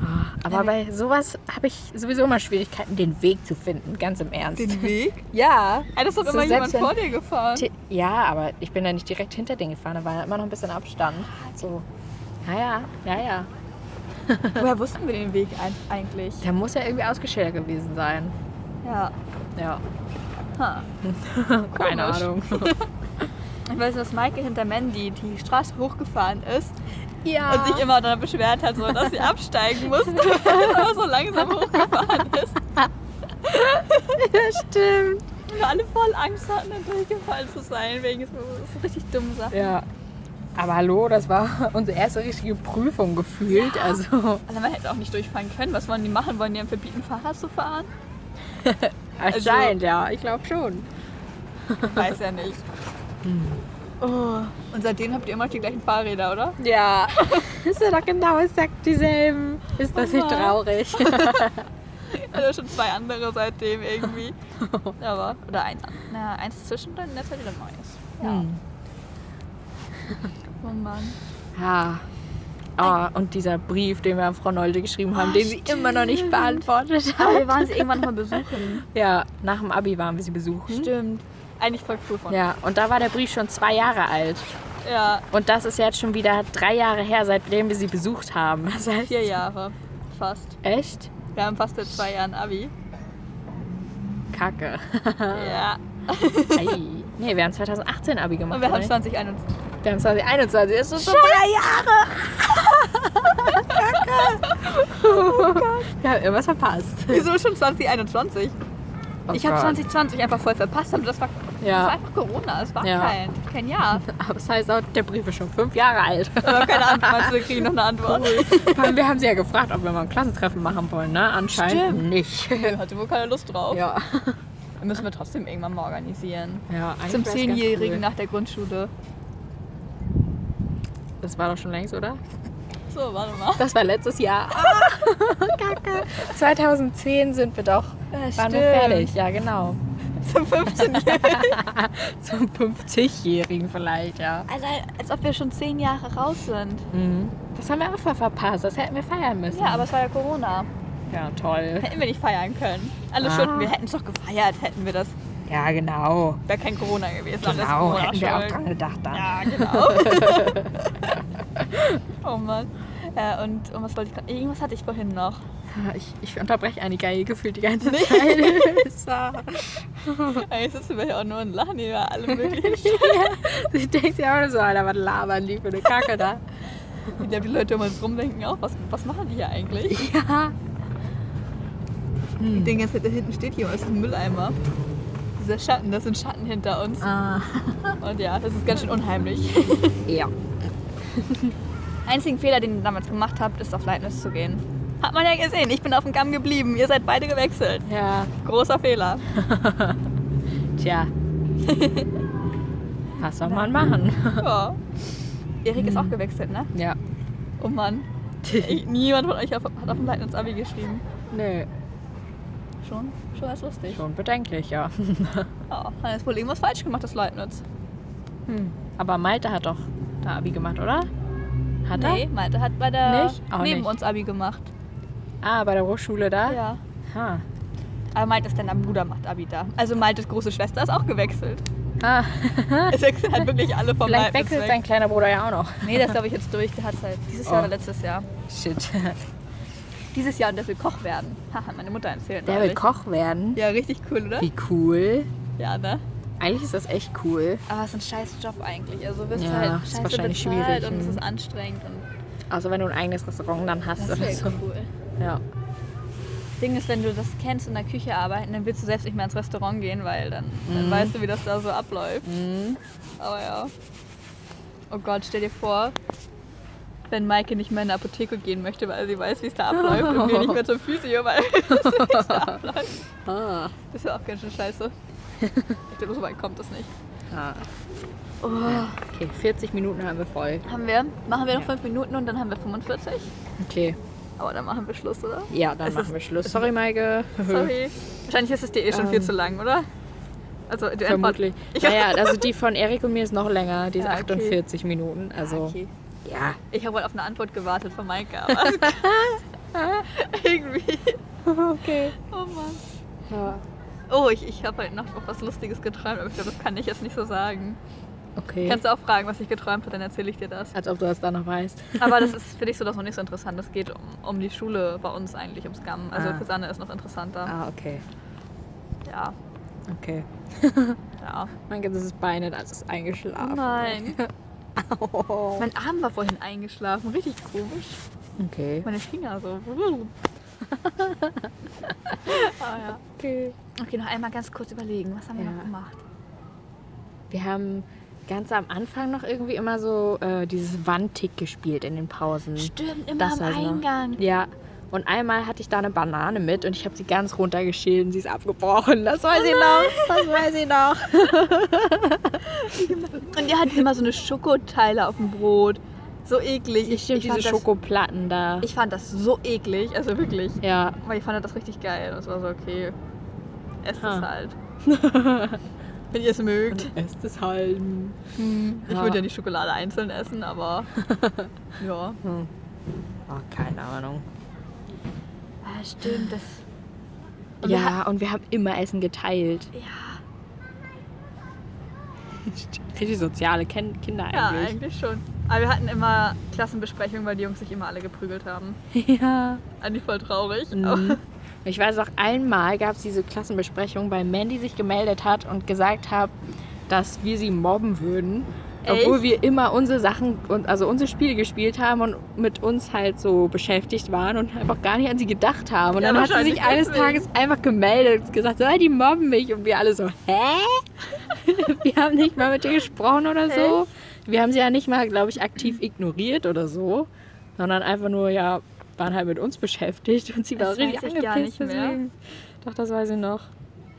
Speaker 2: Ah, Aber bei sowas habe ich sowieso immer Schwierigkeiten, den Weg zu finden, ganz im Ernst.
Speaker 1: Weg?
Speaker 2: ja.
Speaker 1: Ah, das ist doch
Speaker 2: So
Speaker 1: immer jemand
Speaker 2: selbst wenn-
Speaker 1: vor dir gefahren.
Speaker 2: T- Ja, aber ich bin da nicht direkt hinter den gefahren, da war immer noch ein bisschen Abstand. So. Ja, ja, ja, ja.
Speaker 1: Woher wussten wir den Weg ein- eigentlich?
Speaker 2: Da muss ja irgendwie ausgeschildert gewesen sein.
Speaker 1: Ja.
Speaker 2: Ja.
Speaker 1: Ha.
Speaker 2: Keine
Speaker 1: Komisch.
Speaker 2: Ahnung.
Speaker 1: Ich weiß, dass Maike hinter Mandy die Straße hochgefahren ist
Speaker 2: Ja.
Speaker 1: und sich immer dann beschwert hat, so, dass sie absteigen musste, aber so langsam hochgefahren ist.
Speaker 2: ja, stimmt.
Speaker 1: Und wir alle voll Angst hatten, dann durchgefallen zu sein, wegen so, so richtig dummen Sachen.
Speaker 2: Ja. Aber hallo, das war unsere erste richtige Prüfung gefühlt. Also,
Speaker 1: Also man hätte auch nicht durchfahren können. Was wollen die machen? Wollen die einem verbieten, Fahrrad zu fahren?
Speaker 2: anscheinend, ja. Ich glaube schon.
Speaker 1: Weiß ja nicht. Hm. Oh. Und seitdem habt ihr immer noch die gleichen Fahrräder, oder?
Speaker 2: Ja, ist ja doch genau exakt dieselben. Ist das nicht
Speaker 1: Mama.
Speaker 2: traurig?
Speaker 1: Also schon zwei andere seitdem irgendwie. Aber, oder ein, na, eins zwischen dann jetzt wieder neues. Ja.
Speaker 2: Hm.
Speaker 1: Oh Mann.
Speaker 2: Ja. Ah, und dieser Brief, den wir an Frau Nolde geschrieben haben,
Speaker 1: Ah,
Speaker 2: den sie immer noch nicht
Speaker 1: stimmt.
Speaker 2: beantwortet hat.
Speaker 1: Aber wir waren sie irgendwann nochmal besuchen.
Speaker 2: Ja, nach dem Abi waren wir sie besuchen.
Speaker 1: Stimmt. Eigentlich voll cool von
Speaker 2: Hm? Ja, und da war der Brief schon zwei Jahre alt.
Speaker 1: ja,
Speaker 2: Und das ist jetzt schon wieder drei Jahre her, seitdem wir sie besucht haben. Das heißt,
Speaker 1: vier Jahre. Fast.
Speaker 2: echt
Speaker 1: Wir haben fast seit zwei Jahren Abi.
Speaker 2: kacke.
Speaker 1: Ja.
Speaker 2: Ei. Nee, wir haben 2018 Abi gemacht.
Speaker 1: Und wir haben
Speaker 2: oder?
Speaker 1: 2021.
Speaker 2: wir haben 2021. Das ist schon
Speaker 1: Drei Jahre!
Speaker 2: wir haben irgendwas verpasst.
Speaker 1: Wieso schon 2021? ich habe
Speaker 2: Oh Gott.
Speaker 1: 2020 einfach voll verpasst, aber das war, das war
Speaker 2: Ja,
Speaker 1: einfach Corona. Es war
Speaker 2: Ja.
Speaker 1: kein, kein Jahr.
Speaker 2: aber das heißt auch, der Brief ist schon fünf Jahre alt.
Speaker 1: Aber keine Ahnung, meinst du, wir kriegen noch eine Antwort?
Speaker 2: Vor allem, wir haben sie ja gefragt, ob wir mal ein Klassentreffen machen wollen, ne? Anscheinend
Speaker 1: Stimmt.
Speaker 2: nicht.
Speaker 1: Nö, Hatte wohl keine Lust drauf.
Speaker 2: Ja.
Speaker 1: Dann Müssen wir trotzdem irgendwann mal organisieren.
Speaker 2: ja eigentlich
Speaker 1: Zum
Speaker 2: wär's ganz
Speaker 1: Zehnjährigen
Speaker 2: Cool.
Speaker 1: nach der Grundschule.
Speaker 2: Das war doch schon längst, oder?
Speaker 1: So, warte mal.
Speaker 2: Das war letztes Jahr. Ah, Kacke. 2010 sind wir doch.
Speaker 1: Ja,
Speaker 2: Waren wir fertig, ja genau.
Speaker 1: Zum 15.
Speaker 2: Zum 50-Jährigen vielleicht, ja.
Speaker 1: Also, als ob wir schon 10 Jahre raus sind.
Speaker 2: Mhm. Das haben wir auch ver- verpasst, das hätten wir feiern müssen.
Speaker 1: Ja, aber es war ja Corona.
Speaker 2: ja toll.
Speaker 1: Hätten wir nicht feiern können. Alle
Speaker 2: Ah.
Speaker 1: Stunden, wir hätten es doch gefeiert, hätten wir das.
Speaker 2: Ja, genau.
Speaker 1: Wäre kein Corona gewesen. alles
Speaker 2: Genau,
Speaker 1: Corona
Speaker 2: hätten wir auch
Speaker 1: schuld.
Speaker 2: dran gedacht dann.
Speaker 1: Ja, genau. oh Mann. Äh, und, und was wollte ich. Irgendwas hatte ich vorhin noch.
Speaker 2: Ah, Ich, ich unterbreche eine Geige gefühlt die ganze Zeit.
Speaker 1: Eigentlich sitzen wir hier auch nur und lachen über alle möglichen
Speaker 2: Sie denkt sich auch so, Alter, was labern die für eine Kacke da?
Speaker 1: Ja, die Leute um uns rum denken auch, was, was machen die hier eigentlich?
Speaker 2: Ja.
Speaker 1: Ich denke, jetzt da hinten steht hier, ist ein Mülleimer. Dieser Schatten, das sind Schatten hinter uns.
Speaker 2: Ah.
Speaker 1: Und ja, das ist ganz schön unheimlich.
Speaker 2: Ja.
Speaker 1: Einzigen Fehler, den ihr damals gemacht habt, ist auf Leibniz zu gehen. Hat man ja gesehen, ich bin auf dem Kamm geblieben, ihr seid beide gewechselt.
Speaker 2: Ja.
Speaker 1: Großer Fehler.
Speaker 2: Tja. Was soll man machen?
Speaker 1: Ja. Erik ist auch gewechselt, ne?
Speaker 2: Ja.
Speaker 1: Oh Mann. Ich, niemand von euch hat hat auf dem Leibniz Abi geschrieben.
Speaker 2: Nö.
Speaker 1: Schon? Schon was lustig.
Speaker 2: Schon bedenklich, ja.
Speaker 1: Ja, dann ist wohl irgendwas falsch gemacht, das Leibniz.
Speaker 2: Hm. Aber Malte hat doch da Abi gemacht, oder? Hat
Speaker 1: nee, Malte hat bei der
Speaker 2: Nicht? Auch
Speaker 1: neben
Speaker 2: nicht.
Speaker 1: uns Abi gemacht.
Speaker 2: er? Ah, bei der Hochschule da?
Speaker 1: Ja.
Speaker 2: Ha.
Speaker 1: Aber Maltes kleiner Bruder macht Abi da. Also Maltes große Schwester ist auch gewechselt.
Speaker 2: Ah,
Speaker 1: Es wechseln halt wirklich alle vom
Speaker 2: vielleicht
Speaker 1: Leibniz
Speaker 2: wechselt
Speaker 1: weg.
Speaker 2: dein kleiner Bruder ja auch noch.
Speaker 1: Nee, das glaube ich jetzt durch. Der hat halt dieses
Speaker 2: Oh.
Speaker 1: Jahr oder letztes Jahr.
Speaker 2: Shit.
Speaker 1: Dieses Jahr und der will Koch werden. Haha, meine Mutter erzählt.
Speaker 2: Der will
Speaker 1: neulich.
Speaker 2: Koch werden.
Speaker 1: Ja, richtig cool, oder?
Speaker 2: Wie cool.
Speaker 1: Ja, ne?
Speaker 2: Eigentlich ist das echt cool.
Speaker 1: Aber es ist ein scheiß Job eigentlich. Also wirst
Speaker 2: Ja,
Speaker 1: du halt
Speaker 2: ist
Speaker 1: scheiße
Speaker 2: wahrscheinlich
Speaker 1: bezahlt
Speaker 2: schwierig,
Speaker 1: und es
Speaker 2: hm.
Speaker 1: ist anstrengend und
Speaker 2: Also wenn du ein eigenes Restaurant dann hast
Speaker 1: das
Speaker 2: oder
Speaker 1: wäre
Speaker 2: so.
Speaker 1: cool.
Speaker 2: Ja.
Speaker 1: Das Ding ist, wenn du das kennst, in der Küche arbeiten, dann willst du selbst nicht mehr ins Restaurant gehen, weil dann,
Speaker 2: Mhm.
Speaker 1: dann weißt du, wie das da so abläuft. Aber ja. Oh Gott, stell dir vor, wenn Maike nicht mehr in die Apotheke gehen möchte, weil sie weiß, wie es da abläuft und wir nicht mehr zum Physio, weil
Speaker 2: Ah.
Speaker 1: das ist ja auch ganz schön scheiße. Ich glaube, so weit kommt das nicht.
Speaker 2: Ah.
Speaker 1: Oh.
Speaker 2: Okay, 40 Minuten haben wir voll.
Speaker 1: Haben wir? Machen wir noch
Speaker 2: Ja.
Speaker 1: 5 Minuten und dann haben wir 45?
Speaker 2: Okay.
Speaker 1: Aber dann machen wir Schluss, oder?
Speaker 2: Ja, dann
Speaker 1: Es
Speaker 2: machen
Speaker 1: ist-
Speaker 2: wir Schluss. Sorry, Maike.
Speaker 1: Sorry. Wahrscheinlich ist es dir eh schon viel
Speaker 2: Ähm.
Speaker 1: zu lang, oder? Also die
Speaker 2: Vermutlich.
Speaker 1: Ich-
Speaker 2: Naja, also die von Erik und mir ist noch länger. Die ist
Speaker 1: Ja, okay.
Speaker 2: 48 Minuten. Also,
Speaker 1: Okay.
Speaker 2: ja.
Speaker 1: Ich habe wohl auf eine Antwort gewartet von Maike, aber irgendwie.
Speaker 2: Okay.
Speaker 1: Oh Mann.
Speaker 2: Ja.
Speaker 1: Oh, ich, ich habe halt noch was Lustiges geträumt, aber ich glaube, das kann ich jetzt nicht so sagen.
Speaker 2: Okay.
Speaker 1: Kannst du auch fragen, was ich geträumt habe, dann erzähle ich dir das.
Speaker 2: Als ob du das da noch weißt.
Speaker 1: Aber das ist für dich so, dass noch nicht so interessant. Es geht um, um die Schule bei uns eigentlich, ums GAM. Also
Speaker 2: Ah.
Speaker 1: für Sanne ist noch interessanter.
Speaker 2: Ah, okay.
Speaker 1: Ja,
Speaker 2: Okay.
Speaker 1: ja.
Speaker 2: Mein ganzes Bein hat alles eingeschlafen.
Speaker 1: Nein.
Speaker 2: Oh.
Speaker 1: Mein Arm war vorhin eingeschlafen, richtig komisch.
Speaker 2: Okay.
Speaker 1: Meine Finger so. Ah, ja.
Speaker 2: Okay.
Speaker 1: Okay, noch einmal ganz kurz überlegen, was haben wir
Speaker 2: Ja.
Speaker 1: noch gemacht?
Speaker 2: Wir haben ganz am Anfang noch irgendwie immer so äh, dieses Wandtick gespielt in den Pausen.
Speaker 1: Stimmt, immer
Speaker 2: Hm.
Speaker 1: am
Speaker 2: Das weiß ich noch.
Speaker 1: Eingang.
Speaker 2: Ja. Und einmal hatte ich da eine Banane mit und ich habe sie ganz runtergeschält und sie ist abgebrochen. Das weiß ich noch. Das weiß ich noch.
Speaker 1: Und ihr hattet immer so eine Schokoteile auf dem Brot. So eklig.
Speaker 2: Ich stimmt, diese
Speaker 1: fand das,
Speaker 2: Schokoplatten da.
Speaker 1: ich fand das so eklig, also wirklich.
Speaker 2: ja.
Speaker 1: Weil ich fand das richtig geil. Und es war so, okay, esst
Speaker 2: Ha.
Speaker 1: es halt. Wenn ihr es mögt.
Speaker 2: Esst es halt.
Speaker 1: Hm, Ich
Speaker 2: Ja.
Speaker 1: würde ja die Schokolade einzeln essen, aber ja.
Speaker 2: Oh, keine Ahnung.
Speaker 1: Ah, stimmt, das... Und wir
Speaker 2: Ja, und wir haben immer Essen geteilt.
Speaker 1: Ja,
Speaker 2: Richtig soziale Ken Kinder
Speaker 1: ja,
Speaker 2: eigentlich.
Speaker 1: eigentlich schon. Aber wir hatten immer Klassenbesprechungen, weil die Jungs sich immer alle geprügelt haben.
Speaker 2: Ja.
Speaker 1: Eigentlich voll traurig.
Speaker 2: Mhm.
Speaker 1: aber-
Speaker 2: Ich weiß auch, einmal gab es diese Klassenbesprechung, weil Mandy sich gemeldet hat und gesagt hat, dass wir sie mobben würden. Obwohl
Speaker 1: Echt?
Speaker 2: wir immer unsere Sachen, und- also unsere Spiele gespielt haben und mit uns halt so beschäftigt waren und einfach gar nicht an sie gedacht haben. Und
Speaker 1: Ja,
Speaker 2: dann hat sie
Speaker 1: wahrscheinlich
Speaker 2: sich eines
Speaker 1: deswegen.
Speaker 2: Tages einfach gemeldet und gesagt, "Ah, die mobben mich. Und wir alle so, hä? wir haben nicht mal mit ihr gesprochen oder so. Wir haben sie ja nicht mal, glaube ich, aktiv ignoriert oder so, sondern einfach nur, ja, waren halt mit uns beschäftigt und sie war
Speaker 1: Das
Speaker 2: richtig
Speaker 1: weiß ich
Speaker 2: angepisst.
Speaker 1: gar nicht mehr.
Speaker 2: deswegen. Doch, das weiß ich noch.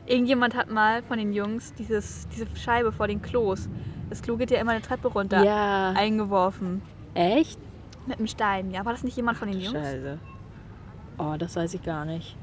Speaker 1: Irgendjemand hat mal von den Jungs dieses, diese Scheibe vor den Klos. Das Klo geht ja immer eine Treppe runter.
Speaker 2: Ja.
Speaker 1: Eingeworfen.
Speaker 2: Echt?
Speaker 1: Mit einem Stein. Ja, war das nicht jemand von den Jungs?
Speaker 2: Scheiße. Oh, das weiß ich gar nicht.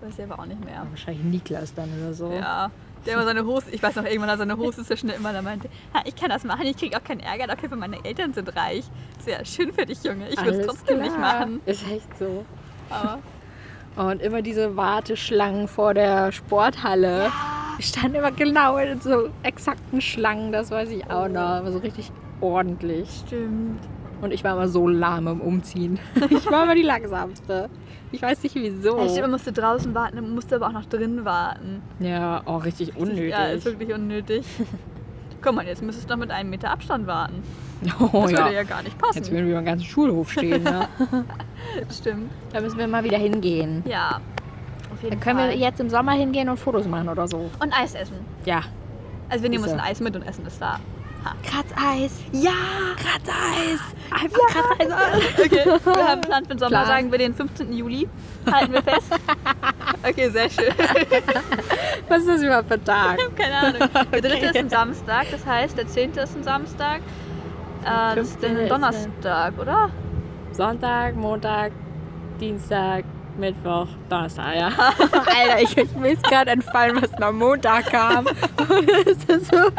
Speaker 1: Weiß ich aber auch nicht mehr.
Speaker 2: Wahrscheinlich Niklas dann oder so.
Speaker 1: Ja. Der immer seine Hose, ich weiß noch, irgendwann hat seine Hose zerschnitten, immer da meinte, ha, ich kann das machen, ich krieg auch keinen Ärger dafür, weil meine Eltern sind reich. Sehr schön für dich, Junge. Ich würde es
Speaker 2: Alles
Speaker 1: trotzdem
Speaker 2: klar.
Speaker 1: nicht machen.
Speaker 2: Ist echt so.
Speaker 1: Aber
Speaker 2: Und immer diese Warteschlangen vor der Sporthalle. Wir standen immer genau in so exakten Schlangen, das weiß ich auch noch. War so richtig ordentlich.
Speaker 1: stimmt.
Speaker 2: Und ich war immer so lahm im Umziehen. Ich war immer die langsamste. Ich weiß nicht wieso.
Speaker 1: Ja, stimmt, man musste draußen warten, man musste aber auch noch drin warten.
Speaker 2: Ja, oh, richtig unnötig.
Speaker 1: Ja, ist wirklich unnötig. Guck mal, jetzt müsstest du noch mit einem Meter Abstand warten.
Speaker 2: oh,
Speaker 1: Das
Speaker 2: ja.
Speaker 1: würde ja gar nicht passen.
Speaker 2: Jetzt würden wir über den ganzen Schulhof stehen. Ne?
Speaker 1: Stimmt.
Speaker 2: da müssen wir mal wieder hingehen.
Speaker 1: Ja. Auf jeden
Speaker 2: Dann können
Speaker 1: Fall.
Speaker 2: wir jetzt im Sommer hingehen und Fotos machen oder so.
Speaker 1: und Eis essen.
Speaker 2: Ja.
Speaker 1: Also wir nehmen uns
Speaker 2: Ist
Speaker 1: ein
Speaker 2: er.
Speaker 1: Eis mit und essen das da.
Speaker 2: Kratzeis.
Speaker 1: Ja!
Speaker 2: Kratzeis. Einfach Kratzeis.
Speaker 1: Okay, wir haben Plan für den Sommer,
Speaker 2: Plan.
Speaker 1: sagen wir den 15. Juli. Halten wir fest. Okay, sehr schön.
Speaker 2: Was ist das überhaupt für ein Tag?
Speaker 1: Keine Ahnung. Der dritte ist ein Samstag, das heißt, der 10. ist ein Samstag. Äh, das ist
Speaker 2: 15.
Speaker 1: ein
Speaker 2: ist äh,
Speaker 1: Donnerstag, oder?
Speaker 2: Sonntag, Montag, Dienstag, Mittwoch, Donnerstag, ja. Alter, ich, ich mir ist gerade entfallen, was am Montag kam. das ist so.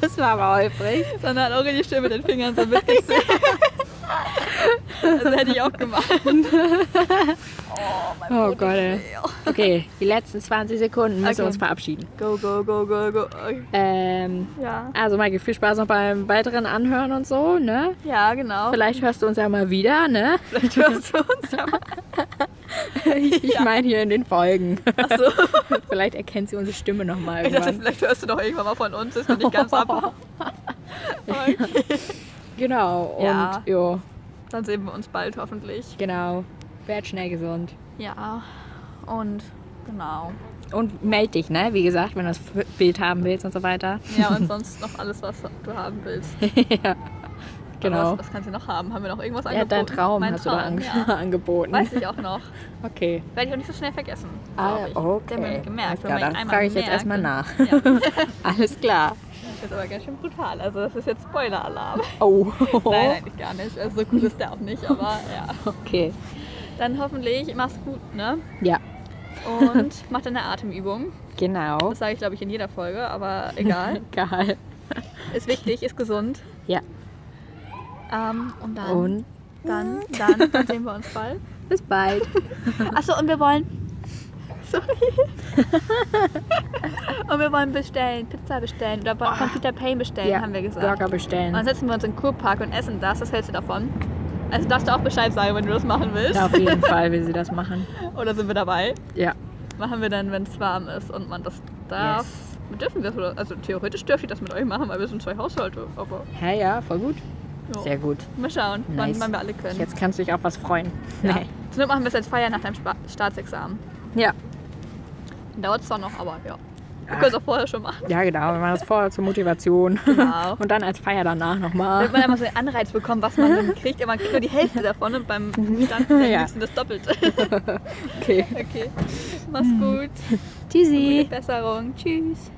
Speaker 2: das war aber holprig.
Speaker 1: Sondern hat auch richtig schön mit den Fingern so mitgezählt. Das hätte ich auch gemacht. oh, mein
Speaker 2: Oh
Speaker 1: Boot
Speaker 2: Gott, ey.
Speaker 1: tut weh. Oh.
Speaker 2: Okay, die letzten 20 Sekunden müssen wir
Speaker 1: Okay.
Speaker 2: uns verabschieden.
Speaker 1: Go, go, go, go, go. Okay.
Speaker 2: Ähm,
Speaker 1: Ja.
Speaker 2: also Maike, viel Spaß noch beim weiteren Anhören und so, ne?
Speaker 1: Ja, genau.
Speaker 2: Vielleicht hörst du uns ja mal wieder, ne?
Speaker 1: Vielleicht hörst du uns ja mal.
Speaker 2: Ich, ich meine hier in den Folgen.
Speaker 1: Achso.
Speaker 2: Vielleicht erkennt sie unsere Stimme nochmal
Speaker 1: Ich dachte,
Speaker 2: irgendwann.
Speaker 1: vielleicht hörst du doch irgendwann mal von uns. Das kann ich ganz ab. Okay.
Speaker 2: Genau, und
Speaker 1: Ja.
Speaker 2: jo,
Speaker 1: Dann sehen wir uns bald hoffentlich.
Speaker 2: genau. Werd schnell gesund.
Speaker 1: Ja. Und genau.
Speaker 2: Und meld dich, ne? Wie gesagt, wenn du das F- Bild haben willst und so weiter.
Speaker 1: Ja, und sonst noch alles, was du haben willst.
Speaker 2: ja,
Speaker 1: Aber
Speaker 2: genau.
Speaker 1: Was, was kannst du noch haben? Haben wir noch irgendwas
Speaker 2: Ja,
Speaker 1: angeboten?
Speaker 2: dein Traum
Speaker 1: mein
Speaker 2: hast
Speaker 1: Traum,
Speaker 2: du da ange
Speaker 1: ja.
Speaker 2: angeboten.
Speaker 1: Weiß ich auch noch.
Speaker 2: Okay.
Speaker 1: Werde ich auch nicht so schnell vergessen.
Speaker 2: Ah,
Speaker 1: glaub ich.
Speaker 2: okay.
Speaker 1: Der hat mir gemerkt.
Speaker 2: Alles
Speaker 1: wenn man ihn
Speaker 2: klar, dann
Speaker 1: einmal
Speaker 2: frage ich jetzt
Speaker 1: merkt,
Speaker 2: erstmal
Speaker 1: dann-
Speaker 2: nach.
Speaker 1: Ja,
Speaker 2: Alles klar.
Speaker 1: das ist aber ganz schön brutal. Also das ist jetzt Spoiler-Alarm.
Speaker 2: Oh.
Speaker 1: Nein, eigentlich gar nicht. Also so gut ist der auch nicht, aber ja.
Speaker 2: Okay.
Speaker 1: Dann hoffentlich mach's gut, ne?
Speaker 2: Ja,
Speaker 1: Und mach deine Atemübung.
Speaker 2: genau.
Speaker 1: Das sage ich, glaube ich, in jeder Folge, aber egal.
Speaker 2: Egal.
Speaker 1: Ist wichtig, ist gesund.
Speaker 2: Ja.
Speaker 1: Ähm, und dann,
Speaker 2: Und
Speaker 1: dann, dann, dann sehen wir uns bald.
Speaker 2: bis bald.
Speaker 1: Achso, und wir wollen. Sorry. und wir wollen bestellen, Pizza bestellen oder wollen von Peter Payne bestellen, haben wir gesagt. Also,
Speaker 2: Burger
Speaker 1: Und
Speaker 2: bestellen.
Speaker 1: dann setzen wir uns in den Kurpark und essen das. Was hältst du davon? Also darfst du auch Bescheid sagen, wenn du das machen willst.
Speaker 2: Ja, auf jeden Fall will sie das machen.
Speaker 1: Oder sind wir dabei?
Speaker 2: Ja.
Speaker 1: Machen wir dann, wenn es warm ist und man das darf.
Speaker 2: Yes.
Speaker 1: Dürfen wir das? oder- Also theoretisch dürfte ich das mit euch machen, weil wir sind zwei Haushalte. Aber
Speaker 2: Ja, ja, voll gut.
Speaker 1: ja.
Speaker 2: Sehr gut.
Speaker 1: mal schauen,
Speaker 2: Nice.
Speaker 1: wann, wann wir alle können.
Speaker 2: Jetzt kannst du dich auf was freuen.
Speaker 1: Ja. Zur Not machen wir es als Feier nach deinem Spa Staatsexamen.
Speaker 2: Nee. Ja.
Speaker 1: Dauert es zwar noch, aber ja. Wir
Speaker 2: Ach.
Speaker 1: können es auch vorher schon machen.
Speaker 2: Ja, genau. Wir machen das vorher zur Motivation.
Speaker 1: Genau.
Speaker 2: Und dann als Feier danach nochmal.
Speaker 1: Damit man immer so einen Anreiz bekommt, was man dann kriegt, aber man kriegt nur die Hälfte davon und beim Stand
Speaker 2: Ja.
Speaker 1: ja. liebsten das Doppelte.
Speaker 2: Okay.
Speaker 1: Okay, mach's gut.
Speaker 2: Tschüssi.
Speaker 1: Gute Besserung. Tschüss.